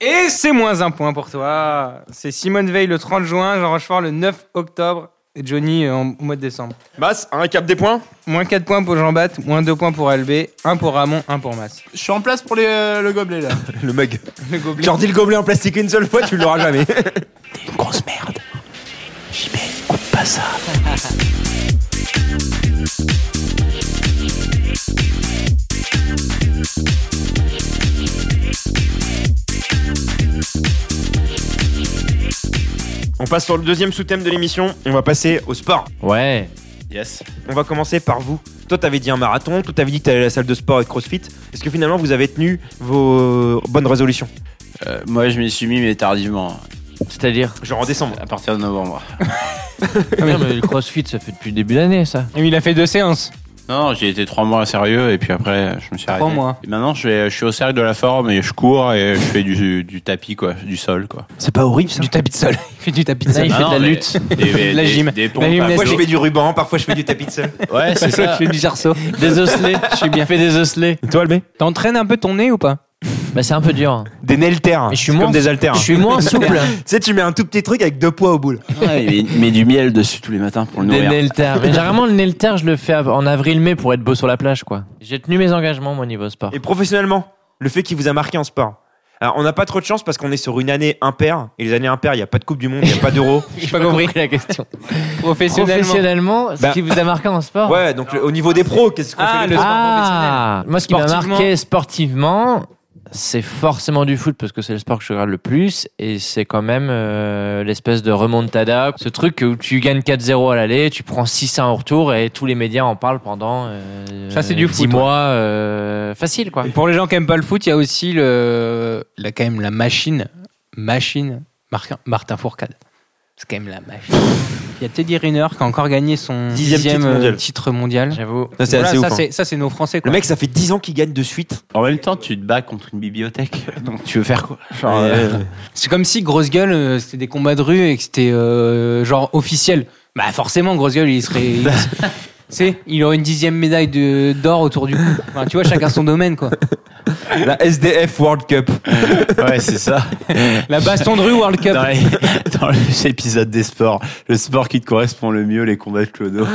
D: Et c'est moins un point pour toi. C'est Simone Veil le 30 juin, Jean Rochefort le 9 octobre et Johnny euh, en, au mois de décembre.
B: Mas, un récap des points
D: Moins 4 points pour Jean-Bat, moins 2 points pour Albé, 1 pour Ramon, 1 pour Mas.
A: Je suis en place pour les, euh, le gobelet là.
B: Le mug.
D: Le gobelet.
B: Tu en dis le gobelet en plastique une seule fois, tu l'auras jamais. On passe sur le deuxième sous-thème de l'émission. On va passer au sport.
J: Ouais.
A: Yes.
B: On va commencer par vous. Toi, t'avais dit un marathon, toi, t'avais dit que t'allais à la salle de sport et de crossfit. Est-ce que finalement, vous avez tenu vos bonnes résolutions
L: Euh, moi je m'y suis mis mais tardivement.
J: C'est-à-dire.
B: Genre en décembre.
L: À partir de novembre.
J: Non, Ah, mais le crossfit, ça fait depuis le début d'année, ça.
D: Et il a fait deux séances.
L: Non, non, j'ai été trois mois sérieux et puis après je me suis arrêté.
D: mois.
L: Et maintenant je, vais- je suis au cercle de la forme et je cours et je fais du, du tapis quoi, du sol quoi.
B: C'est pas horrible ça
D: Du tapis de sol. Il fait du tapis de
J: Là,
D: sol.
J: il fait
L: Ah non,
J: de la
L: mais
J: lutte.
L: Des, des-
D: La
L: des-
D: gym.
L: des pompes à
D: gymnastique.
B: Parfois
L: dos.
B: je fais du ruban, parfois je fais du tapis de sol.
L: Ouais, c'est ça.
D: Je fais du zarceau.
J: Des osselets. Je suis bien fait des osselets.
B: Et toi, Albé
D: T'entraînes un peu ton nez ou pas
J: Bah, c'est un peu dur. hein.
B: Des Nelter.
J: Mais je suis
B: C'est
J: moins-
B: comme des haltères.
J: Je suis moins souple. hein,
B: Tu sais, tu mets un tout petit truc avec deux poids au boule.
L: Ouais, il met- met du miel dessus tous les matins pour le
J: Des
L: nourrir.
J: Nelter. Mais généralement, le Nelter, je le fais av- en avril-mai pour être beau sur la plage, quoi. J'ai tenu mes engagements, moi, niveau sport.
B: Et professionnellement, le fait qu'il vous a marqué en sport. Alors, on n'a pas trop de chance parce qu'on est sur une année impaire. Et les années impaires, il n'y a pas de Coupe du Monde, il n'y a pas d'Euro.
J: J'ai pas compris la question.
D: Professionnellement.
J: Professionnellement, ce
B: Bah.
J: qui vous a marqué en sport
B: Ouais, donc le- au niveau des pros, qu'est-ce qu'on
D: Ah,
B: fait
D: le
B: les-
D: sport
J: Ah, moi, ce qui m'a
D: Sportivement.
J: marqué sportivement, c'est forcément du foot parce que c'est le sport que je regarde le plus et c'est quand même euh, l'espèce de remontada, ce truc où tu gagnes 4-0 à l'aller, tu prends 6-1 au retour et tous les médias en parlent pendant euh,
D: Ça, c'est du
J: 10
D: foot,
J: mois euh, facile quoi.
D: Et Pour les gens qui aiment pas le foot, il y a aussi le, la, quand même la machine, machine Martin, Martin Fourcade. C'est quand même la machine. Il y a Teddy Riner qui a encore gagné son
B: Dixième
D: dixième,
B: titre
D: euh,
B: mondial.
D: titre mondial.
J: J'avoue.
B: Ça, c'est
D: Voilà,
B: assez
D: ça,
B: ouf, hein.
D: c'est- ça, c'est nos Français.
B: Le
D: Quoi.
B: mec, ça fait 10 ans qu'il gagne de suite.
L: En même temps, tu te bats contre une bibliothèque. Donc tu veux faire quoi Genre,
B: Ah, Ouais,
L: euh,
B: ouais, ouais.
D: C'est comme si Grosse Gueule, euh, c'était des combats de rue et que c'était euh, genre officiel. Bah forcément, Grosse Gueule, il serait. il- C'est, il aurait une dixième médaille de- d'or autour du cou. Enfin, tu vois, chacun son domaine, quoi.
B: La SDF World Cup.
L: ouais, c'est ça.
D: La baston de rue World Cup.
L: Dans, les- dans les épisodes des sports, le sport qui te correspond le mieux, les combats de Clodo.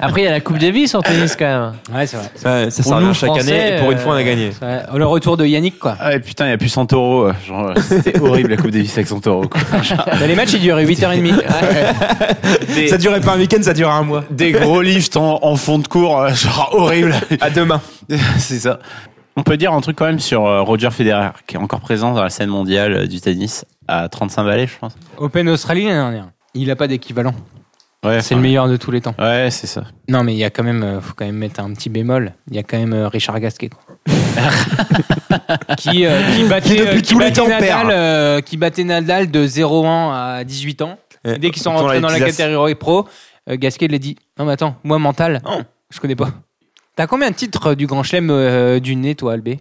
J: Après il y a la Coupe Davis en tennis quand même.
D: Ouais, c'est vrai.
B: Ouais, ça,
J: Pour
B: ça
J: nous,
B: revient chaque
J: Français,
B: année et pour une fois, on a
J: euh,
B: gagné.
D: C'est vrai. Le retour de Yannick, quoi.
L: Ah ouais, putain, il n'y a plus Santoro. euh, Genre, euh, c'était horrible la Coupe Davis avec Santoro. Quoi.
D: Bah, les matchs, ils duraient 8h30.
L: Des,
B: Ça durait pas un week-end, ça durait un mois.
L: des gros lifts en, en fond de cours, euh, genre horrible.
B: À demain.
L: c'est ça. On peut dire un truc quand même sur euh, Roger Federer, qui est encore présent dans la scène mondiale euh, du tennis à 35 balais, je pense.
D: Open Australie l'année dernière. Il n'a pas d'équivalent.
L: Ouais,
D: C'est
L: enfin,
D: le meilleur de tous les temps.
L: Ouais, c'est ça.
D: Non, mais il y a quand même, euh, faut quand même mettre un petit bémol. Il y a quand même euh, Richard Gasquet, quoi. qui, euh, qui battait,
B: Qui, depuis
D: euh, qui
B: tous les
D: battait
B: temps,
D: Nadal,
B: perd.
D: euh, qui battait Nadal de 0-1 à 18 ans. Et dès qu'ils sont
B: Pourtant, là,
D: rentrés dans
B: les
D: la
B: petits as.
D: catégorie pro, euh, Gasquet il a dit Non, mais attends, moi mental, je connais pas. T'as combien de titres euh, du Grand Chelem euh, du nez, toi, Albé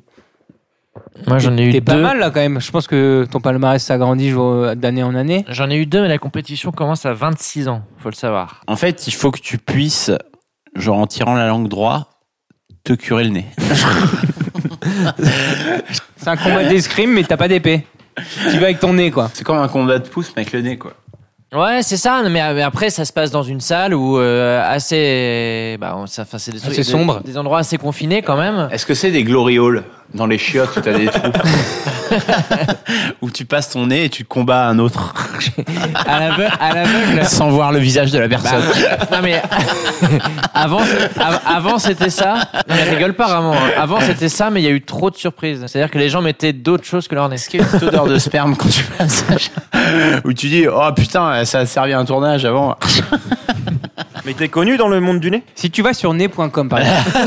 J: Moi, j'en ai eu
D: T'es pas
J: deux.
D: mal là quand même. Je pense que ton palmarès s'agrandit jour- euh, d'année en année.
J: J'en ai eu deux, mais la compétition commence à 26 ans, faut le savoir.
L: En fait, il faut que tu puisses, genre en tirant la langue droite, te curer le nez.
D: C'est un combat d'escrime, mais t'as pas d'épée. Tu vas avec ton nez quoi.
L: C'est comme un combat de pouce, mais avec le nez quoi.
J: Ouais, c'est ça, mais euh, mais après, ça se passe dans une salle où euh, assez. Bah, on- ça- enfin, c'est des,
L: Assez
J: des-
L: sombre.
J: Des, endroits assez confinés quand même.
L: Est-ce que c'est des glory halls dans les chiottes où t'as des trous Où tu passes ton nez et tu combats un autre.
J: À l'aveugle. À l'aveugle.
L: Sans voir le visage de la personne.
J: Bah, non, mais. avant, c'est- av- avant, c'était ça. Non, mais rigole pas, Ramon. Avant, c'était ça, mais il y a eu trop de surprises. C'est-à-dire que les gens mettaient d'autres choses que leur nez. Est-ce
L: qu'il y a une odeur de sperme quand tu passes Où tu dis, oh putain, ça a servi à un tournage avant.
B: Mais t'es connu dans le monde du nez
D: Si tu vas sur nez.com par exemple.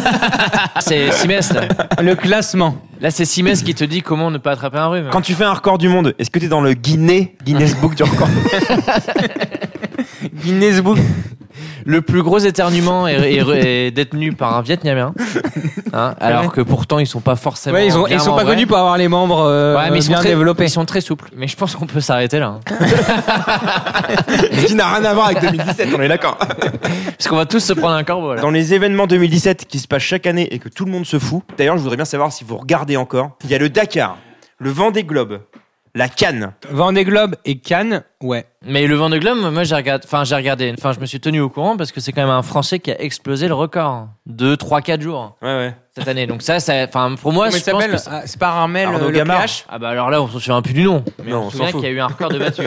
J: C'est Simès, là.
D: Le classement.
J: Là, c'est Simès qui te dit comment ne pas attraper un rhume.
B: Quand tu fais un record du monde, est-ce que t'es dans le Guinée, Guinness Book du record
D: Guinness Book.
J: Le plus gros éternuement est, est- est détenu par un Vietnamien. Hein, alors que pourtant, ils sont pas forcément.
D: Ouais, ils, ont,
J: bien
D: ils sont pas
J: membrés.
D: connus pour avoir les membres euh,
J: Ouais, mais ils sont
D: bien
J: très-
D: développés.
J: Ils sont très souples. Mais je pense qu'on peut s'arrêter là. hein.
B: Ce qui n'a rien à voir avec 2017, on est d'accord.
J: Parce qu'on va tous se prendre un corbeau là.
B: Dans les événements 2017 qui se passent chaque année et que tout le monde se fout, d'ailleurs, je voudrais bien savoir si vous regardez encore. Il y a le Dakar, le Vendée Globe, la Cannes.
D: Vendée Globe et Cannes, ouais.
J: Mais le Vendée Globe, moi j'ai regardé, enfin j'ai regardé, enfin je me suis tenu au courant parce que c'est quand même un Français qui a explosé le record de 3 4 jours
B: Ouais, ouais.
J: cette année. Donc ça, ça enfin pour moi, je
D: Comment il
J: pense
D: s'appelle
J: que c'est-
D: Ah, C'est pas Armel
J: Arnaud
D: euh,
J: Gamard.
D: Leclerc
J: Ah bah alors là, on se souvient plus du nom. Mais
B: Non,
J: on
B: on
J: se
B: s'en
J: souvient
B: fout.
J: qu'il y a eu un record de battu.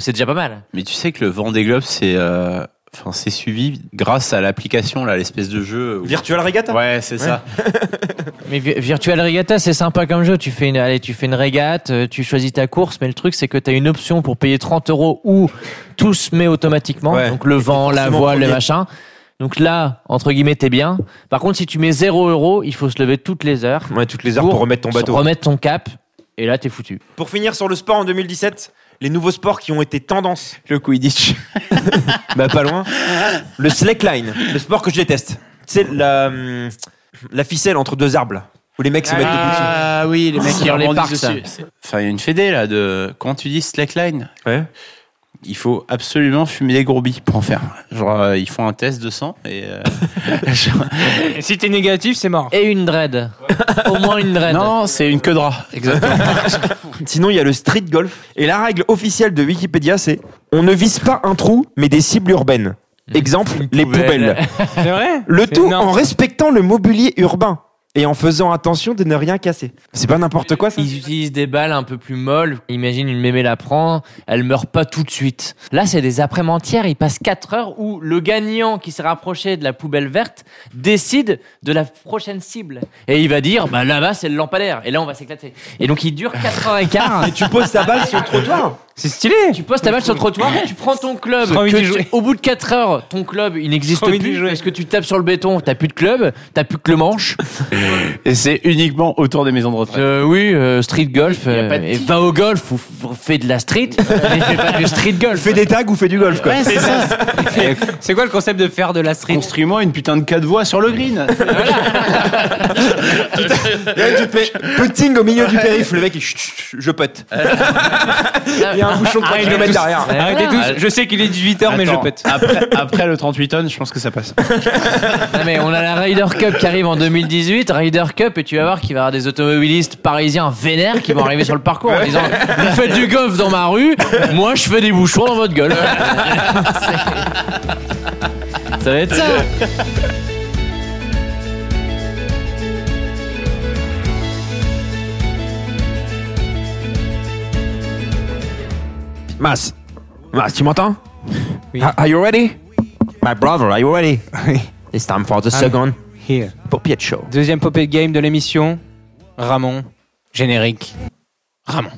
J: c'est déjà pas mal.
L: Mais tu sais que le Vendée Globe, c'est. euh, Enfin, c'est suivi grâce à l'application, là, l'espèce de jeu. où-
B: Virtual Regatta
L: Ouais, c'est ça.
J: Mais vi- Virtual Regatta, c'est sympa comme jeu. Tu fais une, allez, tu fais une régate, euh, tu choisis ta course, mais le truc, c'est que tu as une option pour payer 30 euros ou tout se met automatiquement.
B: Ouais.
J: Donc le vent, la
B: forcément
J: voile, le
B: premier.
J: machin. Donc là, entre guillemets, t'es bien. Par contre, si tu mets 0 euros, il faut se lever toutes les heures.
B: Ouais, toutes les heures pour, remettre ton bateau.
J: Remettre ton cap. Et là, t'es foutu.
B: Pour finir sur le sport en 2017, les nouveaux sports qui ont été tendance.
L: Le Quidditch.
B: bah pas loin. Le slackline, le sport que je déteste. C'est la, hum, la ficelle entre deux arbres, là, où les mecs se mettent debout dessus.
L: Ah oui, les mecs qui
J: Dans les
L: rebondissent
J: parcs,
L: dessus. Enfin, il y a une fédé là de. Quand tu dis slackline,
B: Ouais.
L: il faut absolument fumer des gourbilles pour en faire. Genre, euh, ils font un test de sang et. euh, genre-
D: Et si t'es négatif, c'est mort.
J: Et une dread. Au moins une dread.
L: Non, c'est une queue de rat. Exactement.
B: Sinon, il y a le street golf. Et la règle officielle de Wikipédia, c'est on ne vise pas un trou, mais des cibles urbaines. Exemple, les poubelles.
D: C'est vrai
B: Le
D: C'est
B: tout
D: énorme.
B: en respectant le mobilier urbain et en faisant attention de ne rien casser. C'est pas n'importe quoi, ça.
J: Ils utilisent des balles un peu plus molles. Imagine une mémé la prend, elle meurt pas tout de suite. Là, c'est des après-mentières. Ils passent 4 heures où le gagnant qui s'est rapproché de la poubelle verte décide de la prochaine cible. Et il va dire, bah là-bas, c'est le lampadaire. Et là, on va s'éclater. Et donc, il dure 4 heures et quart.
B: Et tu poses ta balle sur le trottoir.
D: C'est stylé
J: Tu poses ta balle sur le trottoir, tu prends ton club.
D: J'ai envie
J: que
D: d'y
J: tu-
D: jouer.
J: au bout de 4 heures, ton club, il n'existe
D: J'ai envie d'y
J: plus.
D: jouer.
J: Parce que tu tapes sur le béton, t'as plus de club, t'as plus que le manche.
L: et c'est uniquement autour des maisons de retraite.
J: Euh, oui, euh, street golf.
L: Il y a
J: euh,
L: pas de
J: et va au golf ou f- fais de la street. mais fais pas du street golf.
B: Fais des tags ou fais du golf, quoi.
L: c'est ça.
D: C'est quoi le concept de faire de la street
L: Construis-moi une putain de quatre voies sur le green.
B: Là, tu te mets putting au milieu du périph', le mec, il chut, chut, chut, je pote. Il y a un bouchon de 3 km derrière.
J: Ouais,
D: Arrêtez
J: voilà.
D: tous, je sais qu'il est 18h, mais je
L: Attends,
D: pète.
L: Après, après le 38 tonnes, je pense que ça passe.
J: Non, mais on a la Ryder Cup qui arrive en 2018. Ryder Cup, et tu vas voir qu'il va y avoir des automobilistes parisiens vénères qui vont arriver sur le parcours en disant Vous faites du golf dans ma rue, moi je fais des bouchons dans votre gueule. C'est- ça va être ça.
B: Mas, Mas, tu m'entends?
D: Oui.
B: Are- Are you ready? My brother, are Ah, you ready? It's time for the
D: I'm-
B: second
D: Here.
B: Popiet Show.
D: Deuxième pop-up game de l'émission. Ramon. Générique. Ramon.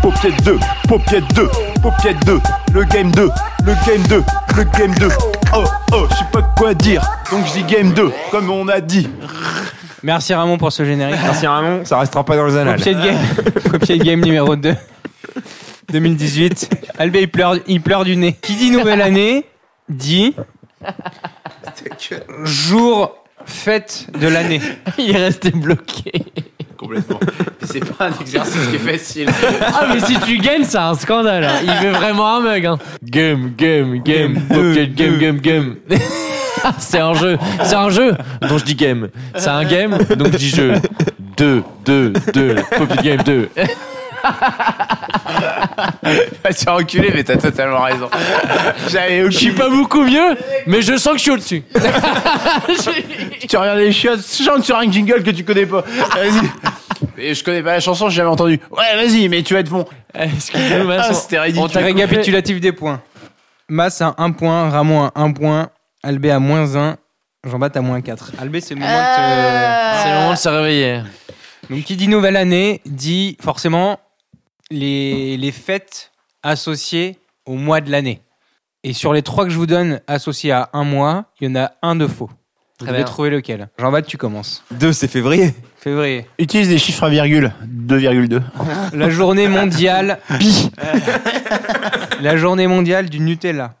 I: Paupiette 2, paupiette 2, paupiette 2, le game 2, le game 2, le game 2. Oh oh, je sais pas quoi dire, donc je dis game 2, comme on a dit.
D: Merci Ramon pour ce générique.
B: Merci Ramon, Ah ça restera pas dans les annales.
D: Pop-pied de game. Pop-pied de game numéro 2. 2018. Albé, il pleure, il pleure du nez. Qui dit nouvelle année dit Jour fête de l'année.
J: Il est resté bloqué.
A: Complètement. Mais c'est pas un exercice qui est facile.
J: Ah, mais si tu gagnes, c'est un scandale. hein. Il veut vraiment un mug. Hein. Game, game, game, pocket game, game, game. c'est un jeu. C'est un jeu. Donc je dis game. C'est un game. Donc je dis jeu. 2, 2, 2. Pocket game 2.
A: Bah, tu as reculé, mais t'as totalement raison. J'avais
J: Je suis pas beaucoup mieux, mais je sens que je suis au-dessus.
A: tu regardes les chiottes, chante sur un jingle que tu connais pas. Vas-y. Et je connais pas la chanson, j'ai jamais entendu. Ouais, vas-y, mais tu vas être bon.
J: Eh, Excuse-nous, Vincent.
A: Ah, c'était ridicule.
J: On t'a récapitulé.
D: Récapitulatif des points. Mass à 1 point, Ramon à 1 point, Albé à moins 1, Jean-Bat à moins 4. Albé, c'est le moment
E: Euh,
D: de te-
J: C'est le moment de se réveiller.
D: Donc, qui dit nouvelle année dit forcément les, les fêtes associées au mois de l'année. Et sur les trois que je vous donne associées à un mois, il y en a un de faux.
J: Très
D: Vous devez
J: bien.
D: trouver lequel. Jean-Bat, tu commences.
B: 2, c'est février.
D: Février.
A: Utilise des chiffres à virgule. 2,2.
D: La journée mondiale. Pi. La journée mondiale du Nutella.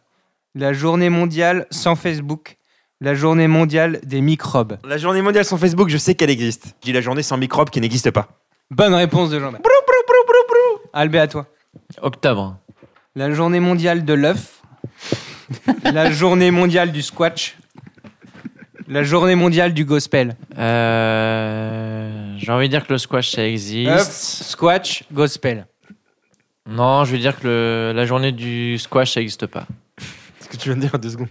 D: La journée mondiale sans Facebook. La journée mondiale des microbes.
B: La journée mondiale sans Facebook, je sais qu'elle existe. Je dis la journée sans microbes qui n'existe pas.
D: Bonne réponse de Jean-Baptiste. Albé, à toi.
J: Octobre.
D: La journée mondiale de l'œuf. la journée mondiale du squash. La journée mondiale du gospel.
J: Euh, J'ai envie de dire que le squash, ça
D: Œuf,
J: existe.
D: squash, gospel.
J: Non, je vais dire que le- la journée du squash, ça n'existe pas.
B: Ce que tu viens de dire en deux secondes.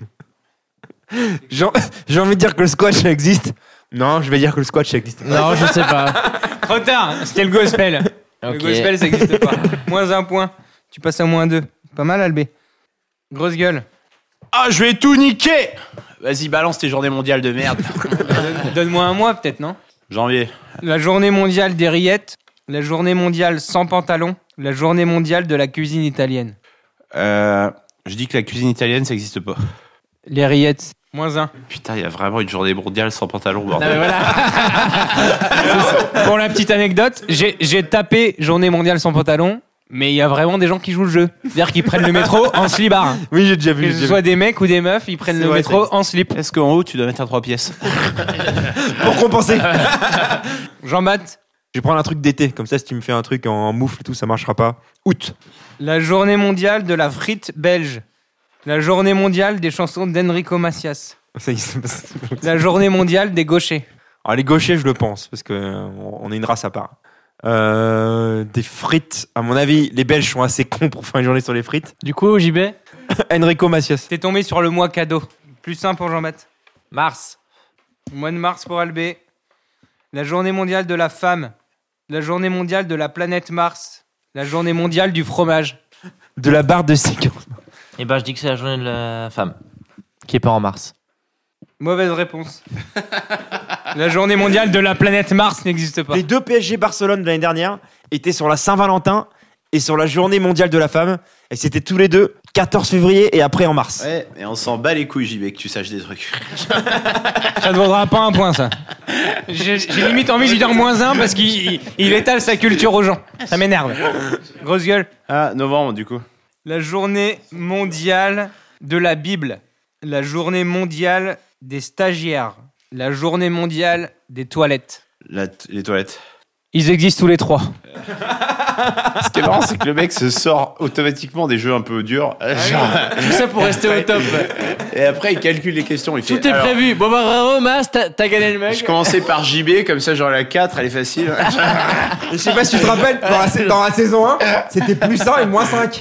B: J'ai en- j'ai envie de dire que le squash ça existe. Non, je vais dire que le squash ça existe.
J: Non, je sais pas.
D: Trop tard, c'était le gospel. Le
J: Ok.
D: gospel, ça n'existe pas. Moins un point. Tu passes à moins deux. Pas mal, Albé. Grosse gueule.
A: Ah, je vais tout niquer Vas-y, balance tes journées mondiales de merde.
D: Donne-moi un mois, peut-être, non
A: Janvier.
D: La journée mondiale des rillettes. La journée mondiale sans pantalon. La journée mondiale de la cuisine italienne.
A: Euh, je dis que la cuisine italienne, ça existe pas.
D: Les rillettes. Moins un.
A: Putain, il y a vraiment une journée mondiale sans pantalon, bordel.
D: Pour la petite anecdote, j'ai j'ai tapé journée mondiale sans pantalon, mais il y a vraiment des gens qui jouent le jeu. C'est-à-dire qu'ils prennent le métro en slip hein.
B: Oui, j'ai déjà vu.
D: Que
B: j'ai
D: ce
B: déjà
D: soit des mecs ou des meufs, ils prennent
B: C'est
D: le
B: vrai, ça
D: métro en slip.
A: Est-ce qu'en haut, tu dois mettre un trois pièces
B: vu. Pour compenser.
D: Jean-Bat,
B: je vais prendre un truc d'été, comme ça si tu me fais un truc en moufle et tout, ça marchera pas. Août.
D: la journée mondiale de la frite belge. La journée mondiale des chansons d'Enrico Macias.
B: Ça existe pas.
D: La journée mondiale des gauchers.
B: Alors les gauchers, je le pense, parce que euh, on on est une race à part. Euh, des frites, à mon avis, les Belges sont assez cons pour faire une journée sur les frites.
J: Du coup, j'y vais.
B: Enrico Macias.
D: T'es tombé sur le mois cadeau. Plus simple pour Jean-Bat.
J: Mars.
D: Mois de mars pour Albé. La journée mondiale de la femme. La journée mondiale de la planète Mars. La journée mondiale du fromage.
B: De la barre de séquence.
J: Et ben, je dis que c'est la journée de la femme, qui est pas en mars.
D: Mauvaise réponse. la journée mondiale de la planète Mars n'existe pas.
B: Les deux PSG Barcelone de l'année dernière étaient sur la Saint-Valentin et sur la journée mondiale de la femme. Et c'était tous les deux 14 février et après en mars.
A: Ouais, mais on s'en bat les couilles, JB, que tu saches des trucs.
D: Ça ne vaudra pas un point, ça. J'ai j'ai limite envie de lui dire moins un parce qu'il il- il étale sa culture aux gens. Ça m'énerve. Grosse gueule.
A: Ah, novembre, du coup.
D: La journée mondiale de la Bible. La journée mondiale des stagiaires. La journée mondiale des toilettes.
A: La t- les toilettes.
D: Ils existent tous les trois.
A: Ce qui est marrant, c'est que le mec se sort automatiquement des jeux un peu durs. Genre,
J: Tout ça pour rester au top.
A: et après, il calcule les questions. Il fait,
J: Tout est
A: alors,
J: prévu. Bon, bah, bravo, Mars, t'as t'as gagné le mug.
A: Je commençais par JB, comme ça, genre la 4, elle est facile.
B: Je sais pas si tu te rappelles, dans la, sa- dans la saison 1, c'était plus 1 et moins 5.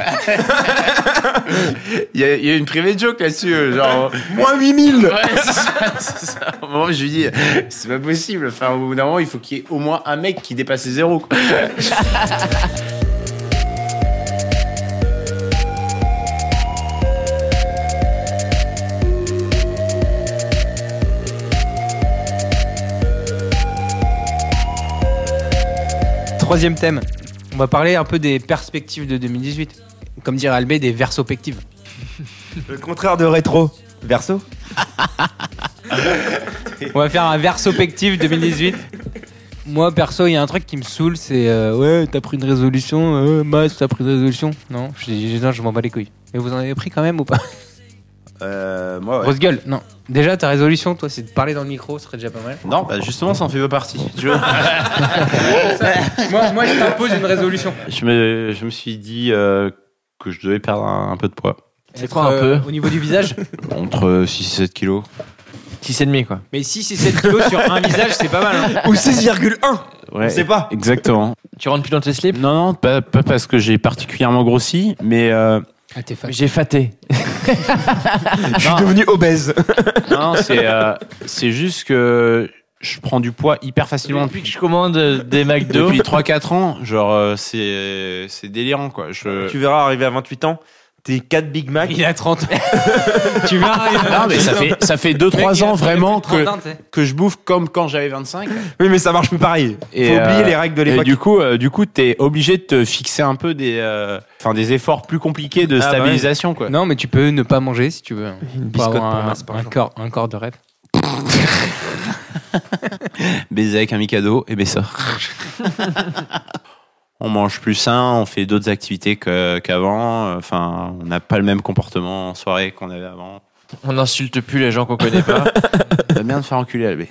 A: Il y, a- il y a une privée de joke là-dessus. euh, Genre,
B: Moins 8000
A: ouais, c'est ça, c'est ça. Au moment, où je lui dis, c'est pas possible. Enfin, au bout d'un moment, il faut qu'il y ait au moins un mec qui dépasse les zéros. quoi.
D: Troisième thème. On va parler un peu des perspectives de 2018. Comme dirait Albé, des versopectives.
B: Le contraire de rétro. Verso
D: On va faire un versopective 2018. Moi, perso, il y a un truc qui me saoule, c'est euh, ouais, t'as pris une résolution, euh, Mas, t'as pris une résolution. Non, je dis, non, je m'en bats les couilles. Mais vous en avez pris quand même ou pas
L: Euh, moi, ouais.
D: Grosse gueule, non. Déjà, ta résolution, toi, c'est de parler dans le micro, ce serait déjà pas mal.
L: Non, bah justement, ça en fait pas partie. Tu vois
D: moi, moi, je t'impose une résolution.
A: Je me, je me suis dit euh, que je devais perdre un, un peu de poids.
D: C'est
J: quoi, un peu
D: Euh, Au niveau du visage
A: Entre 6 et 7 kilos.
J: 6,5 quoi.
D: Mais 6 et 7 kilos sur un visage, c'est pas mal. hein.
B: Ou 16,1
A: Ouais,
B: sait pas.
A: Exactement.
J: Tu rentres plus dans tes slips
A: Non, non, pas, pas parce que j'ai particulièrement grossi, mais euh,
D: Ah, t'es fan.
J: J'ai faté.
B: Je suis
A: Non.
B: devenu obèse.
A: non, non, c'est euh, c'est juste que je prends du poids hyper facilement.
J: Depuis que je commande euh, des McDo,
A: Depuis 3-4 ans, genre, euh, c'est c'est délirant, quoi. Je...
B: Tu verras arriver à 28 ans, tes 4 Big Mac.
D: Il a 30 Tu verras. il a-
A: Non, mais ça fait, ça fait 2-3 ans vraiment que,
D: 30, t'sais.
A: que je bouffe comme quand j'avais 25.
B: Oui, mais ça marche plus pareil.
A: Et,
B: Faut oublier
A: euh,
B: les règles de
A: Et
B: l'époque.
A: du coup, euh, du coup, t'es obligé de te fixer un peu des, euh, enfin, des efforts plus compliqués de
B: Ah, bah
A: stabilisation, quoi.
D: Non, mais tu peux ne pas manger si tu veux.
B: Une
D: Pour
B: biscotte
D: avoir
B: pour
D: un,
B: Mars, par
D: un
B: exemple.
D: corps, un corps de rêve.
A: Baiser avec un Mikado et ça. on mange plus sain, on fait d'autres activités que- qu'avant. euh, Enfin, on n'a pas le même comportement en soirée qu'on avait avant.
J: on n'insulte plus les gens qu'on connaît pas.
A: T'as bien de faire enculer, Albé.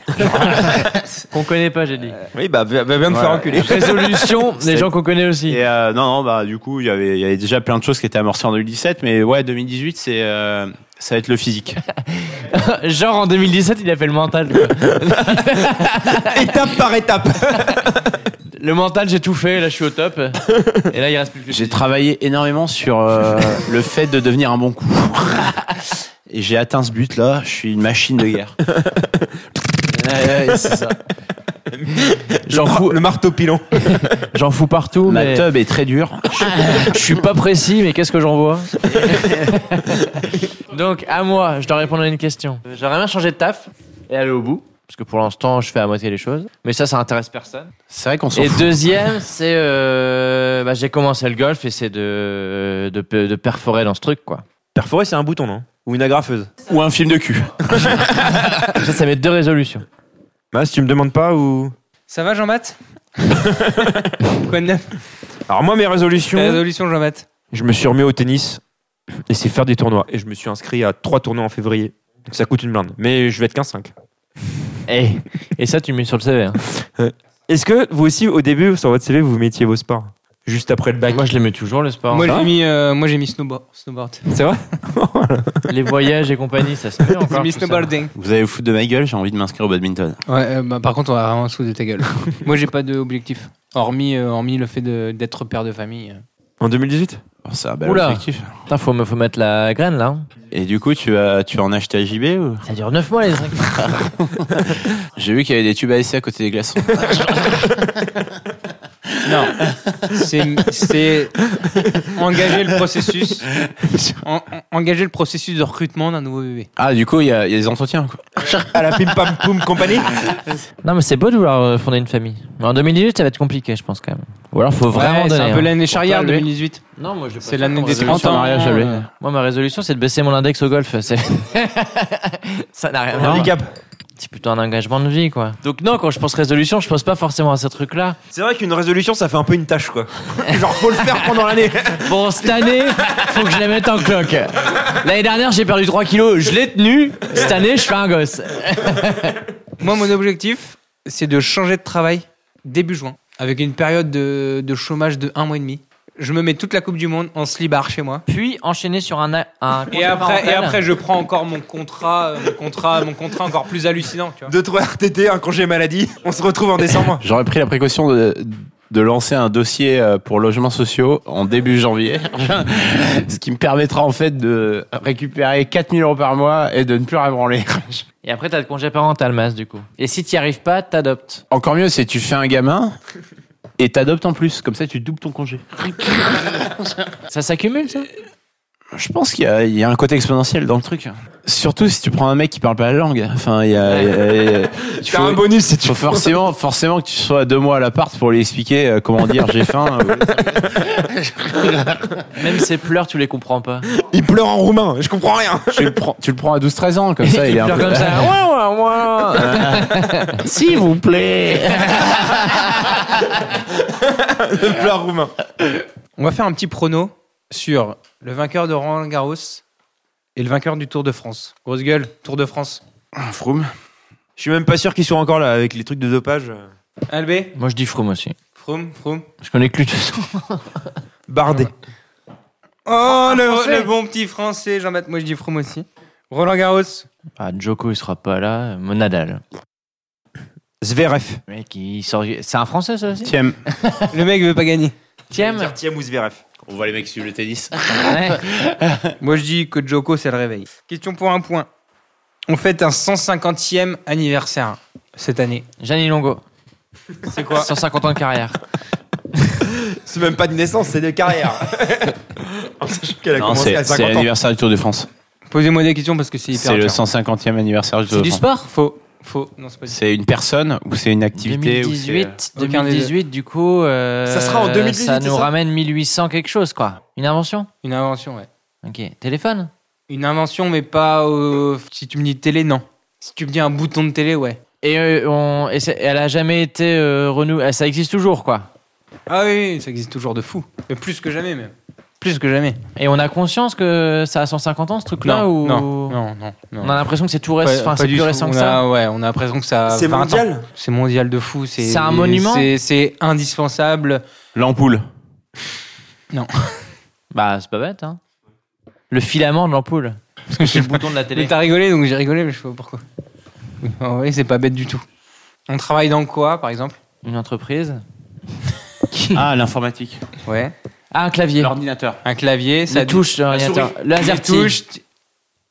J: qu'on connaît pas, j'ai dit.
B: Oui, bah, va va bien me faire
A: Voilà.
B: enculer.
J: Résolution, les
A: C'est-
J: gens qu'on connaît aussi.
A: Et euh, non, non, bah, du coup, il y avait- il y avait déjà plein de choses qui étaient amorcées en 2017, mais ouais, 2018, c'est. euh, ça va être le physique.
J: Genre en 2017, il a fait le mental. quoi.
B: étape par étape.
J: Le mental, j'ai tout fait, là je suis au top. Et là, il reste plus que.
A: J'ai travaillé énormément sur euh, le fait de devenir un bon coup. Et j'ai atteint ce but-là, je suis une machine de guerre. Ouais, ouais, c'est ça.
J: J'en
B: Le mar-
J: fous,
B: Le marteau pilon.
J: j'en fous partout,
A: Ma
J: mais
A: tub est très dure.
J: je suis pas précis, mais qu'est-ce que j'en vois Donc, à moi, je dois répondre à une question. J'aimerais bien changer de taf et aller au bout. Parce que pour l'instant, je fais à moitié les choses. Mais ça, ça intéresse personne.
A: C'est vrai qu'on s'en
J: Et
A: fout.
J: deuxième, c'est euh, bah, j'ai commencé le golf et c'est de, de de perforer dans ce truc quoi.
B: Perforer, c'est un bouton, non Ou une agrafeuse.
A: Ou un film de cul.
J: Ah, Ça, ça met deux résolutions.
B: Bah, si tu me demandes pas ou.
D: Ça va, Jean-Math Quoi de neuf
B: Alors, moi, mes résolutions,
D: Ta résolution, Jean-Math
B: je me suis remis au tennis et c'est faire des tournois. Et je me suis inscrit à trois tournois en février. Donc, ça coûte une blinde. Mais je vais être qu'un 5.
J: Et, et ça, tu mets sur le CV. hein.
B: Est-ce que vous aussi, au début, sur votre CV, vous mettiez vos sports Juste après le bac
J: Moi, je les mets toujours le sport. Hein
D: Moi,
J: Ça
D: j'ai
J: va
D: mis, euh, moi, j'ai mis snowboard. snowboard.
B: C'est vrai
J: les voyages et compagnie, ça se met encore.
D: J'ai mis
J: tout ça.
D: snowboarding.
A: Vous allez vous foutre de ma gueule, j'ai envie de m'inscrire au badminton.
D: Ouais, euh, bah, par contre, on va vraiment se foutre de ta gueule. Moi, j'ai pas d'objectif. Hormis, euh, hormis le fait de- d'être père de famille. euh.
B: En 2018
A: Oh, c'est un bel
J: Oula.
A: objectif.
J: Putain, faut me faut mettre la graine là. hein.
A: Et du coup, tu vas, tu vas en acheter à JB ou
J: Ça dure 9 mois les trucs.
A: J'ai vu qu'il y avait des tubes à essai à côté des glaçons.
D: Non. C'est- C'est engager le processus. en- en- engager le processus de recrutement d'un nouveau bébé.
A: Ah, du coup, il y, a il y a des entretiens. Quoi.
B: À la Pim Pam Poum Company
J: Non, mais c'est beau de vouloir euh, fonder une famille. Mais en 2018, ça va être compliqué, je pense quand même. Ou alors, faut vraiment
D: Ouais,
J: donner.
D: C'est un peu
J: hein.
D: l'année charrière
J: Pour toi, lui.
D: 2018.
J: Non, moi, j'ai pas
D: C'est
J: ça
D: l'année
J: comme
D: des
J: résolution
D: 30 ans.
J: de mariage, je l'ai.
D: euh,
J: Moi, ma résolution, c'est de baisser mon index au golf. C'est- ça n'a rien à voir.
B: Handicap.
J: C'est plutôt un engagement de vie, quoi. Donc non, quand je pense résolution, je pense pas forcément à ces trucs-là.
B: C'est vrai qu'une résolution, ça fait un peu une tâche, quoi. Genre, faut le faire pendant l'année.
J: Bon, cette année, faut que je les mette en cloque. L'année dernière, j'ai perdu 3 kilos, je l'ai tenu. Cette année, je fais un gosse.
D: Moi, mon objectif, c'est de changer de travail début juin, avec une période de, de chômage de un mois et demi. Je me mets toute la Coupe du Monde en slibard chez moi.
J: Puis enchaîner sur un, a- un
D: Et après, et après, je prends encore mon contrat, euh, mon contrat, mon contrat encore plus hallucinant, tu vois.
B: Deux, trois RTT, un congé maladie. On se retrouve en décembre.
A: J'aurais pris la précaution de, de lancer un dossier euh, pour logements sociaux en début janvier. ce qui me permettra en fait de récupérer 4000 euros par mois et de ne plus rien branler.
J: Et après, t'as le congé parental masse du coup. Et si t'y arrives pas, t'adoptes.
A: Encore mieux, c'est tu fais un gamin et t'adoptes en plus. Comme ça, tu doubles ton congé.
J: Ça s'accumule, ça
A: Je pense qu'il y, a- il y a un côté exponentiel dans le truc. Surtout si tu prends un mec qui parle pas la langue. Enfin, il y a. il y a- il y a- tu
B: T'as
A: faut-
B: un bonus si tu
A: faut forcément, forcément que tu sois à deux mois à l'appart pour lui expliquer euh, comment dire j'ai faim. euh,
J: Même ses pleurs, tu les comprends pas.
B: Il pleure en roumain, je comprends rien.
A: tu, le prends, tu le prends à 12-13 ans, comme ça, il, est un
J: Pleurs
A: peu-
J: comme ça. Ouais, ouais, ouais.
A: S'il vous plaît
B: Il pleure roumain.
D: On va faire un petit prono sur le vainqueur de Roland Garros
M: Et le vainqueur du Tour de France. Grosse gueule, Tour de France.
A: Froome.
B: Je suis même pas sûr qu'ils soient encore là avec les trucs de dopage.
M: Albé
J: Moi, je dis Froome aussi.
M: Froome, Froome.
J: Je connais que lui de toute façon.
B: Bardé.
D: Oh, le,
M: Français.
D: le bon petit français, Jean-Baptiste. Moi, je dis Froome aussi. Roland Garros.
J: Ah, Joko, il sera pas là. Mon Nadal.
B: Zverev.
J: Mec, il sort. C'est un Français, ça aussi
A: Thiem.
D: le mec veut pas gagner.
J: Thiem.
B: Thiem ou Zverev.
L: On voit les mecs suivre le
A: Ah,
L: tennis.
D: Moi, je dis que Joko, c'est le réveil. Question pour un point. On fête un 150e anniversaire cette année.
J: Gianni Longo.
D: C'est quoi
J: 150 ans de carrière.
B: C'est même pas de naissance, c'est de carrière. En sachant qu'elle a
L: Non,
B: commencé
L: c'est
B: à
L: c'est
B: 50 ans.
L: l'anniversaire du Tour de France.
D: Posez-moi des questions parce que c'est hyper
L: C'est le
A: hein.
D: dur.
L: 150e anniversaire du Tour
D: C'est
L: de
D: du
L: France.
D: sport Faux. Faux. Non, c'est pas du
L: C'est une personne ou c'est euh, une activité ou c'est-
J: 2018,
D: Aucun des deux.
J: 2018 du coup. euh,
D: Ça sera en 2018,
J: Ça
D: c'est
J: nous
D: ça
J: ramène 1800 quelque chose, quoi. Une invention
D: Une invention, ouais.
J: Ok. Téléphone
D: Une invention, mais pas. au- Si tu me dis télé, non. Si tu me dis un bouton de télé, ouais.
J: Et, euh, on, et c'est- elle a jamais été euh, renou- ah, Ça existe toujours, quoi.
D: Ah oui, oui, ça existe toujours de fou. Mais plus que jamais, même. Plus que jamais.
J: Et on a conscience que ça a 150 ans, ce truc-là
D: Non,
J: ou...
D: non, non, non, non.
J: On a l'impression que c'est tout
D: Pas-
J: récent. Enfin,
D: pas
J: c'est
D: du
J: plus
D: tout.
J: récent que
D: On
J: ça.
D: a- Ouais, on a l'impression que ça. a
B: C'est
D: 20 ans.
B: mondial
D: C'est mondial de fou.
J: C'est un monument
D: c'est- C'est indispensable.
L: L'ampoule.
D: Non.
J: Bah, c'est pas bête, hein. Le filament de l'ampoule. Parce que c'est le bouton de la
D: Mais
J: télé.
D: t'as rigolé, donc j'ai rigolé, mais je sais pas pourquoi. Oui, en vrai, c'est pas bête du tout. On travaille dans quoi, par exemple
J: Une entreprise.
L: Ah, l'informatique.
D: Ouais.
J: Ah, un clavier.
L: L'ordinateur.
D: Un clavier, ça.
J: Les touches,
D: La
J: l'ordinateur.
D: souris.
J: Le laser
D: Les touches. t-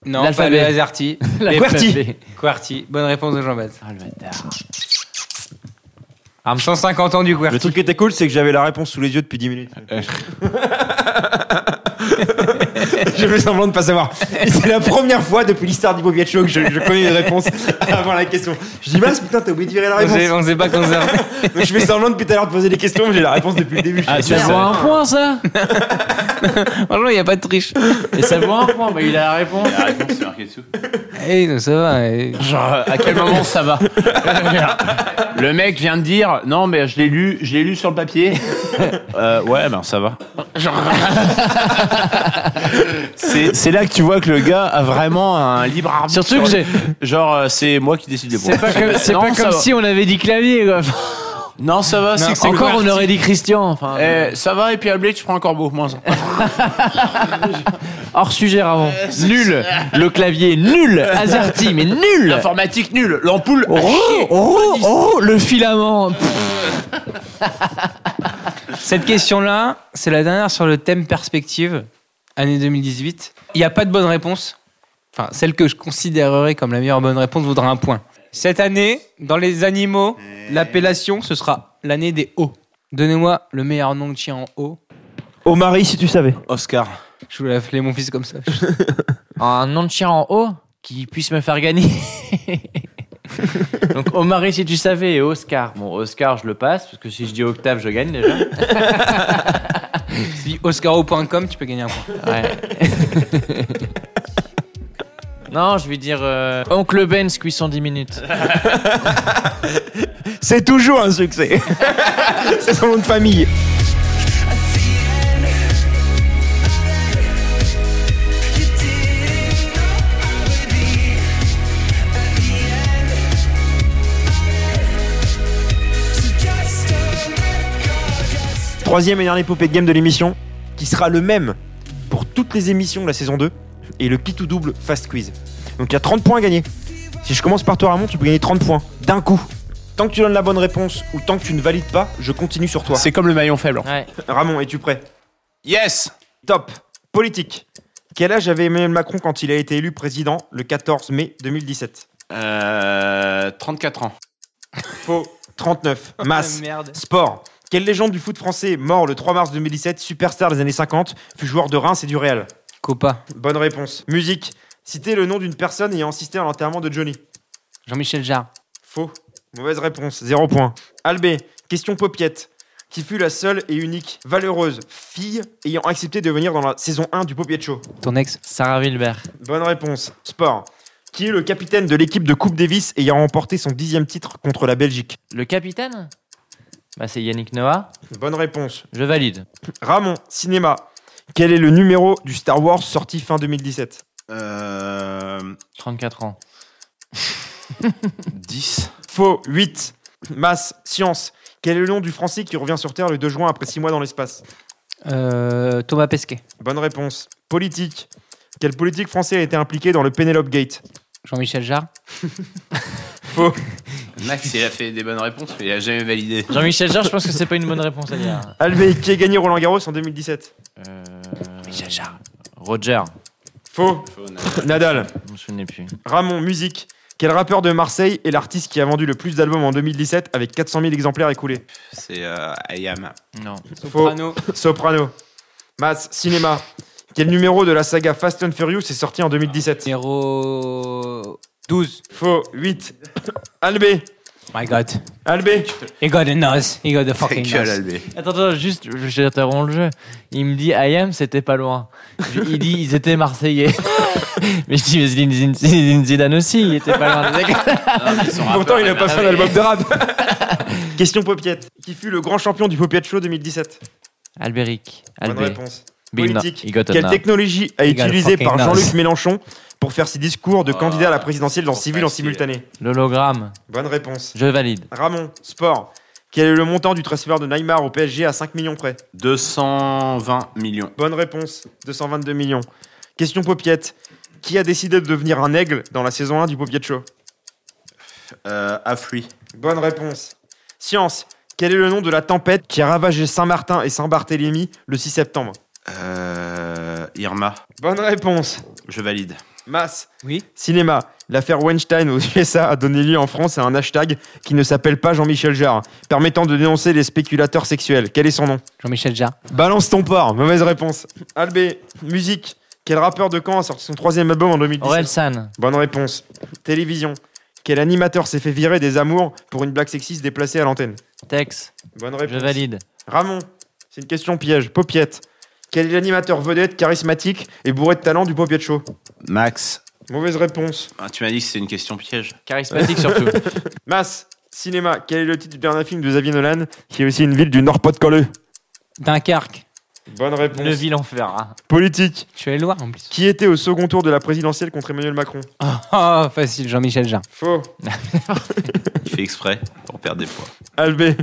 D: Non, pas le
J: L'alphabet.
D: Azerty.
J: La Qwerty.
D: QWERTY. Bonne réponse de Jean-Baptiste.
J: Ah, le bâtard.
D: 150 ans du QWERTY.
B: Le truc qui était cool, c'est que j'avais la réponse sous les yeux depuis 10 minutes. J'ai fait semblant de pas savoir. Et c'est la première fois depuis l'histoire d'Ibo Biacho que je, je connais une réponse avant la question. Je dis, mince, putain, t'as oublié de virer la
D: On
B: réponse.
D: s'est- on s'est pas concerné.
B: Donc je fais semblant depuis tout à l'heure de poser des questions, mais j'ai la réponse depuis le début.
L: Ah,
B: Je suis
L: ça,
B: sûr.
J: vaut un point, ça
D: Franchement, il n'y a pas de triche.
J: Et ça vaut un point. Bah, il a la réponse.
L: La réponse, c'est marqué dessous.
D: Eh, non, ça va. eh.
A: Genre, euh, à quel moment ça va Le mec vient de dire non, mais je l'ai lu, je l'ai lu sur le papier. Euh, ouais, ben ça va. Genre- c'est c'est là que tu vois que le gars a vraiment un libre arbitre.
J: Surtout que
A: sur-
J: c'est
A: genre euh, c'est moi qui décide des points.
J: c'est pas comme, c'est
A: Non,
J: pas
A: ça
J: comme
A: va.
J: si on avait dit clavier. quoi.
A: Non, ça va. c'est que c'est
J: Encore,
A: le-
J: on aurait dit Christian. Enfin,
A: Eh, ça va et puis Alblé, tu prends encore beaucoup moins.
J: Hors sujet avant. Nul. Le clavier nul. Azerty, mais nul.
A: Informatique nulle, l'ampoule. à
J: Oh,
A: chier.
J: oh, oh, le filament.
D: Cette question-là, c'est la dernière sur le thème perspective, année 2018. Il n'y a pas de bonne réponse. Enfin, celle que je considérerais comme la meilleure bonne réponse vaudra un point. Cette année, dans les animaux, l'appellation, ce sera l'année des hauts. Donnez-moi le meilleur nom de chien en haut.
B: Au mari, si tu savais.
L: Oscar.
D: Je voulais appeler mon fils comme ça.
J: Un nom de chien en haut qui puisse me faire gagner. Donc Omar, si tu savais, et Oscar. Bon, Oscar, je le passe, parce que si je dis Octave, je gagne déjà.
D: Je dis oscaro.com, tu peux gagner un point.
J: Ouais. non, je vais dire euh, Oncle Ben's cuisson 10 minutes.
B: C'est toujours un succès. c'est son nom de famille. Troisième et dernière épopée de game de l'émission, qui sera le même pour toutes les émissions de la saison 2 et le pit ou double fast quiz. Donc il y a 30 points à gagner. Si je commence par toi Ramon, tu peux gagner 30 points d'un coup. Tant que tu donnes la bonne réponse ou tant que tu ne valides pas, je continue sur toi.
A: C'est comme le maillon faible.
J: Ouais.
B: Ramon, es-tu prêt
L: Yes
B: Top. Politique. Quel âge avait Emmanuel Macron quand il a été élu président le 14 mai 2017
L: euh, 34 ans.
B: Faux. 39. Masse.
D: Ah, merde.
B: Sport. Quelle légende du foot français, mort le 3 mars 2017, superstar des années 50, fut joueur de Reims et du Real
D: Copa.
B: Bonne réponse. Musique. Citez le nom d'une personne ayant assisté à l'enterrement de Johnny.
D: Jean-Michel Jarre.
B: Faux. Mauvaise réponse. Zéro point. Albé. Question popiette. Qui fut la seule et unique valeureuse fille ayant accepté de venir dans la saison 1 du Popiette Show
D: Ton ex.
J: Sarah Wilbert.
B: Bonne réponse. Sport. Qui est le capitaine de l'équipe de Coupe Davis ayant remporté son dixième titre contre la Belgique
J: Le capitaine Bah, c'est Yannick Noah.
B: Bonne réponse.
J: Je valide.
B: Ramon, cinéma. Quel est le numéro du Star Wars sorti fin 2017
L: Euh,
J: 34 ans.
B: 10. Faux. 8. Masse. Science. Quel est le nom du Français qui revient sur Terre le 2 juin après 6 mois dans l'espace
D: Euh, Thomas Pesquet.
B: Bonne réponse. Politique. Quel politique français a été impliqué dans le Penelope Gate
D: Jean-Michel Jarre.
B: Faux.
L: Max, il a fait des bonnes réponses, mais il a jamais validé.
J: Jean-Michel Jarre, je pense que c'est pas une bonne réponse à dire.
B: Alvé, qui a gagné Roland Garros en 2017
J: Michel Jarre. Euh, Roger.
B: Faux. Nadal.
J: Je me souviens plus.
B: Ramon, musique. Quel rappeur de Marseille est l'artiste qui a vendu le plus d'albums en 2017 avec 400 000 exemplaires écoulés
L: C'est euh, Ayam.
J: Non.
B: Soprano. Soprano. Maths, cinéma. Quel numéro de la saga Fast and Furious est sorti en 2017
D: Numéro 12.
B: Faux. 8. Albé.
D: My God.
B: Albé.
D: He got a nose. He got a fucking
J: Ta gueule,
D: nose.
J: Albé. Attends, attends, juste, je- j'interromps le jeu. Il me dit, I am, c'était pas loin. Je- Il dit, ils étaient Marseillais. mais je dis, mais Zinedine- Zinedine Zidane aussi, il était pas loin.
B: Pourtant, il n'a pas fait un album de rap. Question Popiette. Qui fut le grand champion du Popiette Show 2017
J: Albéric.
B: Bonne
J: Albé.
B: réponse.
J: Big Na-
B: Politique.
J: he got a
B: Quelle
J: na-
B: technologie a
J: He got a
B: utilisé
J: fucking
B: par
J: nose.
B: Jean-Luc Mélenchon pour faire ses discours de
J: Oh,
B: candidat à la présidentielle dans
J: trop
B: civil en
J: facile.
B: simultané
J: L'hologramme.
B: Bonne réponse.
J: Je valide.
B: Ramon, sport. Quel est le montant du transfert de Neymar au PSG à 5 millions près
L: 220 millions.
B: Bonne réponse. 222 millions. Question Popiette. Qui a décidé de devenir un aigle dans la saison 1 du Popiette Show
L: Euh, Afri.
B: Bonne réponse. Science. Quel est le nom de la tempête qui a ravagé Saint-Martin et Saint-Barthélemy le 6 septembre
L: Euh, Irma.
B: Bonne réponse.
L: Je valide.
B: Masse. Oui. Cinéma. L'affaire Weinstein aux USA a donné lieu en France à un hashtag qui ne s'appelle pas Jean-Michel Jarre, permettant de dénoncer les spéculateurs sexuels. Quel est son nom
D: Jean-Michel Jarre.
B: Balance ton porc. Mauvaise réponse. Albé. Musique. Quel rappeur de Caen a sorti son troisième album en 2017
J: Orelsan.
B: Bonne réponse. Télévision. Quel animateur s'est fait virer des amours pour une blague sexiste déplacée à l'antenne
J: Tex.
B: Bonne réponse.
J: Je valide.
B: Ramon, c'est une question piège. Popiette. Quel est l'animateur vedette, charismatique et bourré de talent du Popiette Show
L: Max.
B: Mauvaise réponse.
L: Ah, tu m'as dit que c'est une question piège.
J: Charismatique surtout.
B: Masse, cinéma. Quel est le titre du dernier film de Xavier Nolan qui est aussi une ville du Nord-Pas-de-Calais
D: Dunkerque.
B: Bonne réponse.
J: Le vil enfer. hein.
B: Politique.
D: Je suis allé le voir en plus.
B: Qui était au second tour de la présidentielle contre Emmanuel Macron
D: Ah, ah, facile, Jean-Michel Jarre.
B: Faux.
L: Il fait exprès pour perdre des points.
B: Albé.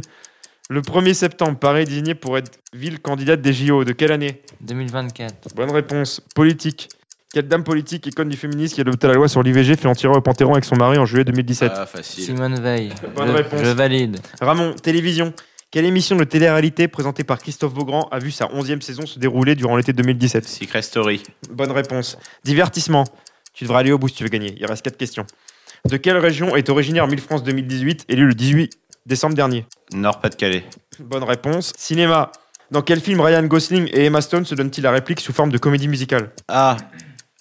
B: Le 1er septembre, Paris désigné pour être ville candidate des JO. De quelle année
J: 2024.
B: Bonne réponse. Politique. Quelle dame politique, icône du féminisme qui adopta la loi sur l'IVG, fait entirer au Panthéon avec son mari en juillet 2017
L: Ah, facile.
J: Simone Veil.
B: Bonne
J: je,
B: réponse.
J: Je valide.
B: Ramon, télévision. Quelle émission de télé-réalité présentée par Christophe Beaugrand a vu sa 11e saison se dérouler durant l'été 2017
L: Secret Story.
B: Bonne réponse. Divertissement. Tu devras aller au bout si tu veux gagner. Il reste 4 questions. De quelle région est originaire 1000 France 2018, élu le 18 décembre dernier
L: Nord-Pas-de-Calais.
B: Bonne réponse. Cinéma. Dans quel film Ryan Gosling et Emma Stone se donnent-ils la réplique sous forme de comédie musicale
L: Ah.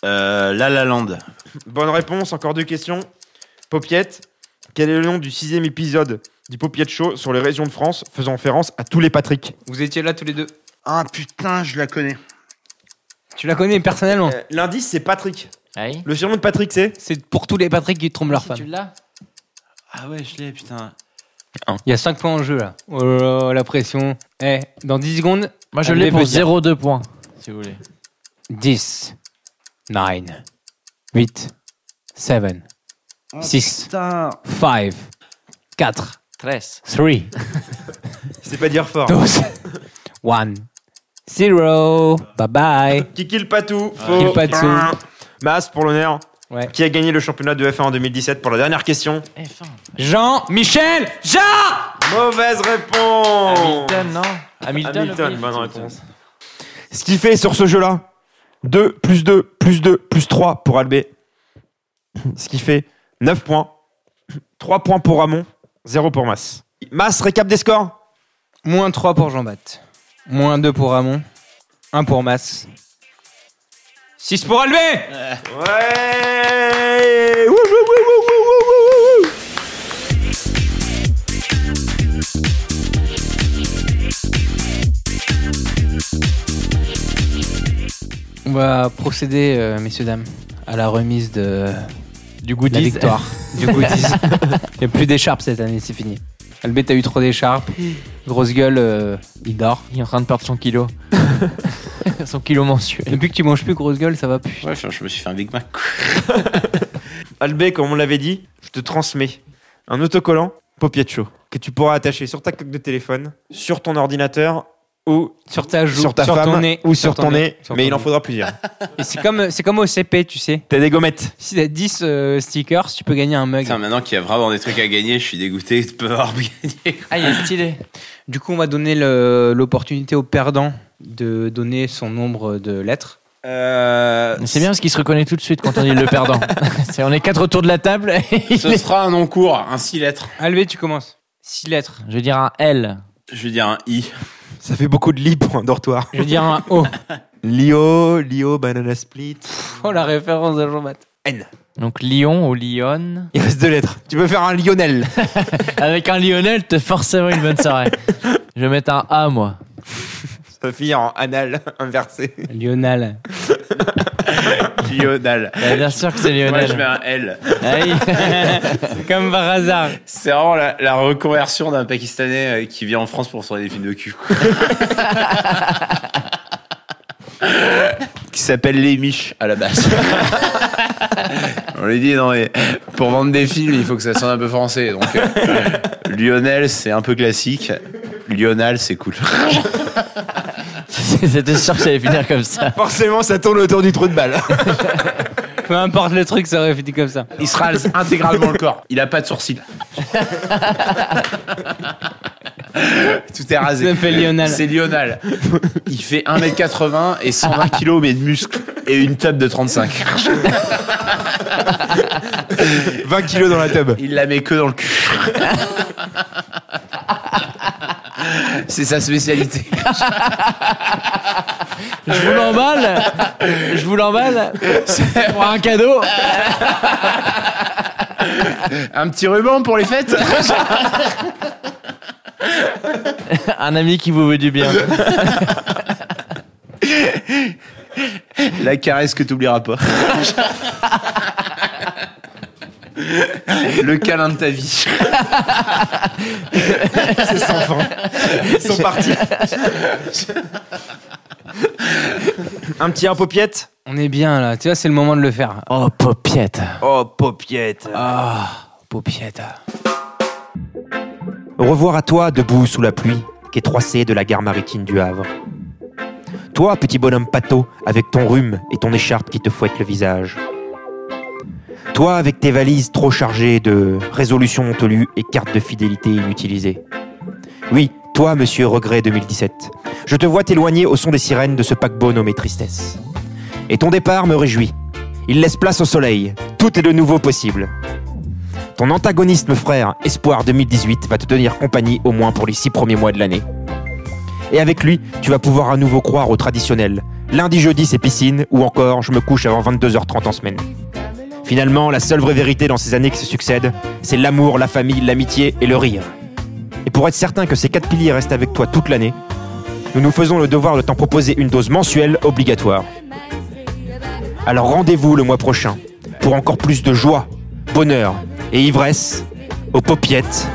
L: Euh, La La Land.
B: Bonne réponse. Encore deux questions. Popiette. Quel est le nom du sixième épisode du Popiette Show sur les régions de France faisant référence à tous les Patrick
N: Vous étiez là tous les deux.
O: Ah putain, je la connais.
D: Tu la connais personnellement
B: Euh, L'indice, c'est Patrick.
J: Aïe.
B: Le surnom de Patrick, c'est
D: C'est pour tous les Patrick qui trompent leur femme.
J: l'as
L: Ah ouais, je l'ai, putain.
D: hein. Il y a 5 points en jeu là. Oh là là, la pression. Eh, dans 10 secondes.
J: Moi je
D: elle
J: l'ai
D: les
J: pour
D: peut dire.
J: 0,2 points. Si vous voulez.
D: 10, 9, 8, 7,
O: Oh,
D: 6, 5, 4,
J: 13.
D: 3,
B: C'est pas dire fort.
D: 12, 1, 0. Bye bye.
B: Qui kill Patou.
D: Kill Patou.
B: Masse pour l'honneur.
D: Ouais.
B: Qui a gagné le championnat de F1 en 2017 pour la dernière question
J: F1.
D: Jean-Michel Jarre
B: Mauvaise réponse
J: Hamilton, non Hamilton.
B: Hamilton,
J: oui.
B: bonne réponse. Ce qui fait sur ce jeu-là 2 plus 2 plus 2 plus 3 pour Albé. Ce qui fait 9 points. 3 points pour Ramon, 0 pour Masse. Masse, récap des scores
D: Moins 3 pour Jean-Bat. Moins 2 pour Ramon. 1 pour Mass. 6 pour Alvé
B: Ouais Wouh, wouh, wouh, wouh, wouh, wouh, wouh, wouh.
D: On va procéder, euh, messieurs, dames, à la remise de
J: Du
D: la
J: goodies.
D: victoire. du goodies. Il n'y a plus d'écharpe cette année, c'est fini. Albé, t'as eu trop d'écharpes. Grosse gueule, euh, il dort.
J: Il est en train de perdre son kilo. Son kilo mensuel.
D: Depuis que tu manges plus grosse gueule, ça va plus.
L: Ouais, enfin, je me suis fait un Big Mac.
P: Albé, comme on l'avait dit, je te transmets un autocollant Popiacho que tu pourras attacher sur ta coque de téléphone, sur ton ordinateur ou
D: sur ta joue,
P: sur ta
D: sur ton
P: femme
D: nez,
P: ou sur, ton, nez.
D: sur
P: mais
D: ton
P: il en
D: nez.
P: faudra plusieurs.
D: Et c'est comme, c'est comme au CP, tu sais.
P: T'as des gommettes.
D: Si t'as 10 euh, stickers, tu peux gagner un mug.
L: Putain, maintenant qu'il y a vraiment des trucs à gagner, je suis dégoûté de pas avoir gagné.
J: Ah, il est stylé.
D: Du coup, on va donner le- l'opportunité au perdant de donner son nombre de lettres.
J: C'est bien parce qu'il se reconnaît tout de suite quand on dit le perdant. C'est- on est quatre autour de la table.
L: Ce sera un non-cours, un 6 lettres.
D: Alvé, tu commences. 6 lettres.
J: Je vais dire un L.
L: Je vais dire un I.
P: Ça fait beaucoup de lits pour un dortoir.
D: Je veux dire un O.
P: Lio, Lio, banana split.
D: Oh, la référence de Jean-Baptiste.
P: N.
J: Donc Lyon ou Lyon.
P: Il reste deux lettres. Tu peux faire un Lionel.
J: Avec un Lionel, t'es forcément une bonne soirée. Je vais mettre un A, moi.
P: Ça finit en anal inversé.
D: Lionel.
L: Lionel.
J: Bah, bien sûr que c'est Lionel.
L: Moi, je mets un L.
J: Ah oui.
D: Comme par hasard.
L: C'est vraiment la, la reconversion d'un Pakistanais euh, qui vient en France pour tourner des films de cul.
A: qui s'appelle Les Miches à la base. On lui dit, non, mais pour vendre des films, il faut que ça sonne un peu français. Donc, euh, Lionel, c'est un peu classique. Lionel, c'est cool.
J: C'était sûr que ça allait finir comme ça.
P: Forcément, ça tourne autour du trou de balle.
D: Peu importe le truc, ça aurait fini comme ça.
A: Il se rase intégralement le corps. Il a pas de sourcils. Tout est rasé.
D: Ça fait Lionel.
A: C'est Lionel. Il fait 1m80 et 120 kg mais de muscles et une table de 35.
P: 20 kilos dans la tub.
A: Il la met que dans le cul. C'est sa spécialité.
J: Je vous l'emballe. Je vous l'emballe. Pour un cadeau.
A: Un petit ruban pour les fêtes
J: Un ami qui vous veut du bien.
A: La caresse que t'oublieras pas. Le câlin de ta vie.
P: C'est sans fin. Ils sont partis. Un petit un popiette.
D: On est bien là, tu vois, c'est le moment de le faire. Oh, popiette.
P: Oh, popiette.
D: Ah, popiette.
B: Revoir à toi debout sous la pluie, qu'étroissée de la gare maritime du Havre. Toi, petit bonhomme pâteau, avec ton rhume et ton écharpe qui te fouette le visage. Toi, avec tes valises trop chargées de résolutions Montelu et cartes de fidélité inutilisées. Oui, toi, monsieur Regret 2017, je te vois t'éloigner au son des sirènes de ce paquebot nommé Tristesse. Et ton départ me réjouit. Il laisse place au soleil. Tout est de nouveau possible. Ton antagoniste, mon frère, Espoir 2018, va te tenir compagnie au moins pour les six premiers mois de l'année. Et avec lui, tu vas pouvoir à nouveau croire au traditionnel. Lundi, jeudi, c'est piscine, ou encore, je me couche avant 22h30 en semaine. Finalement, la seule vraie vérité dans ces années qui se succèdent, c'est l'amour, la famille, l'amitié et le rire. Et pour être certain que ces quatre piliers restent avec toi toute l'année, nous nous faisons le devoir de t'en proposer une dose mensuelle obligatoire. Alors rendez-vous le mois prochain pour encore plus de joie, bonheur et ivresse aux paupiettes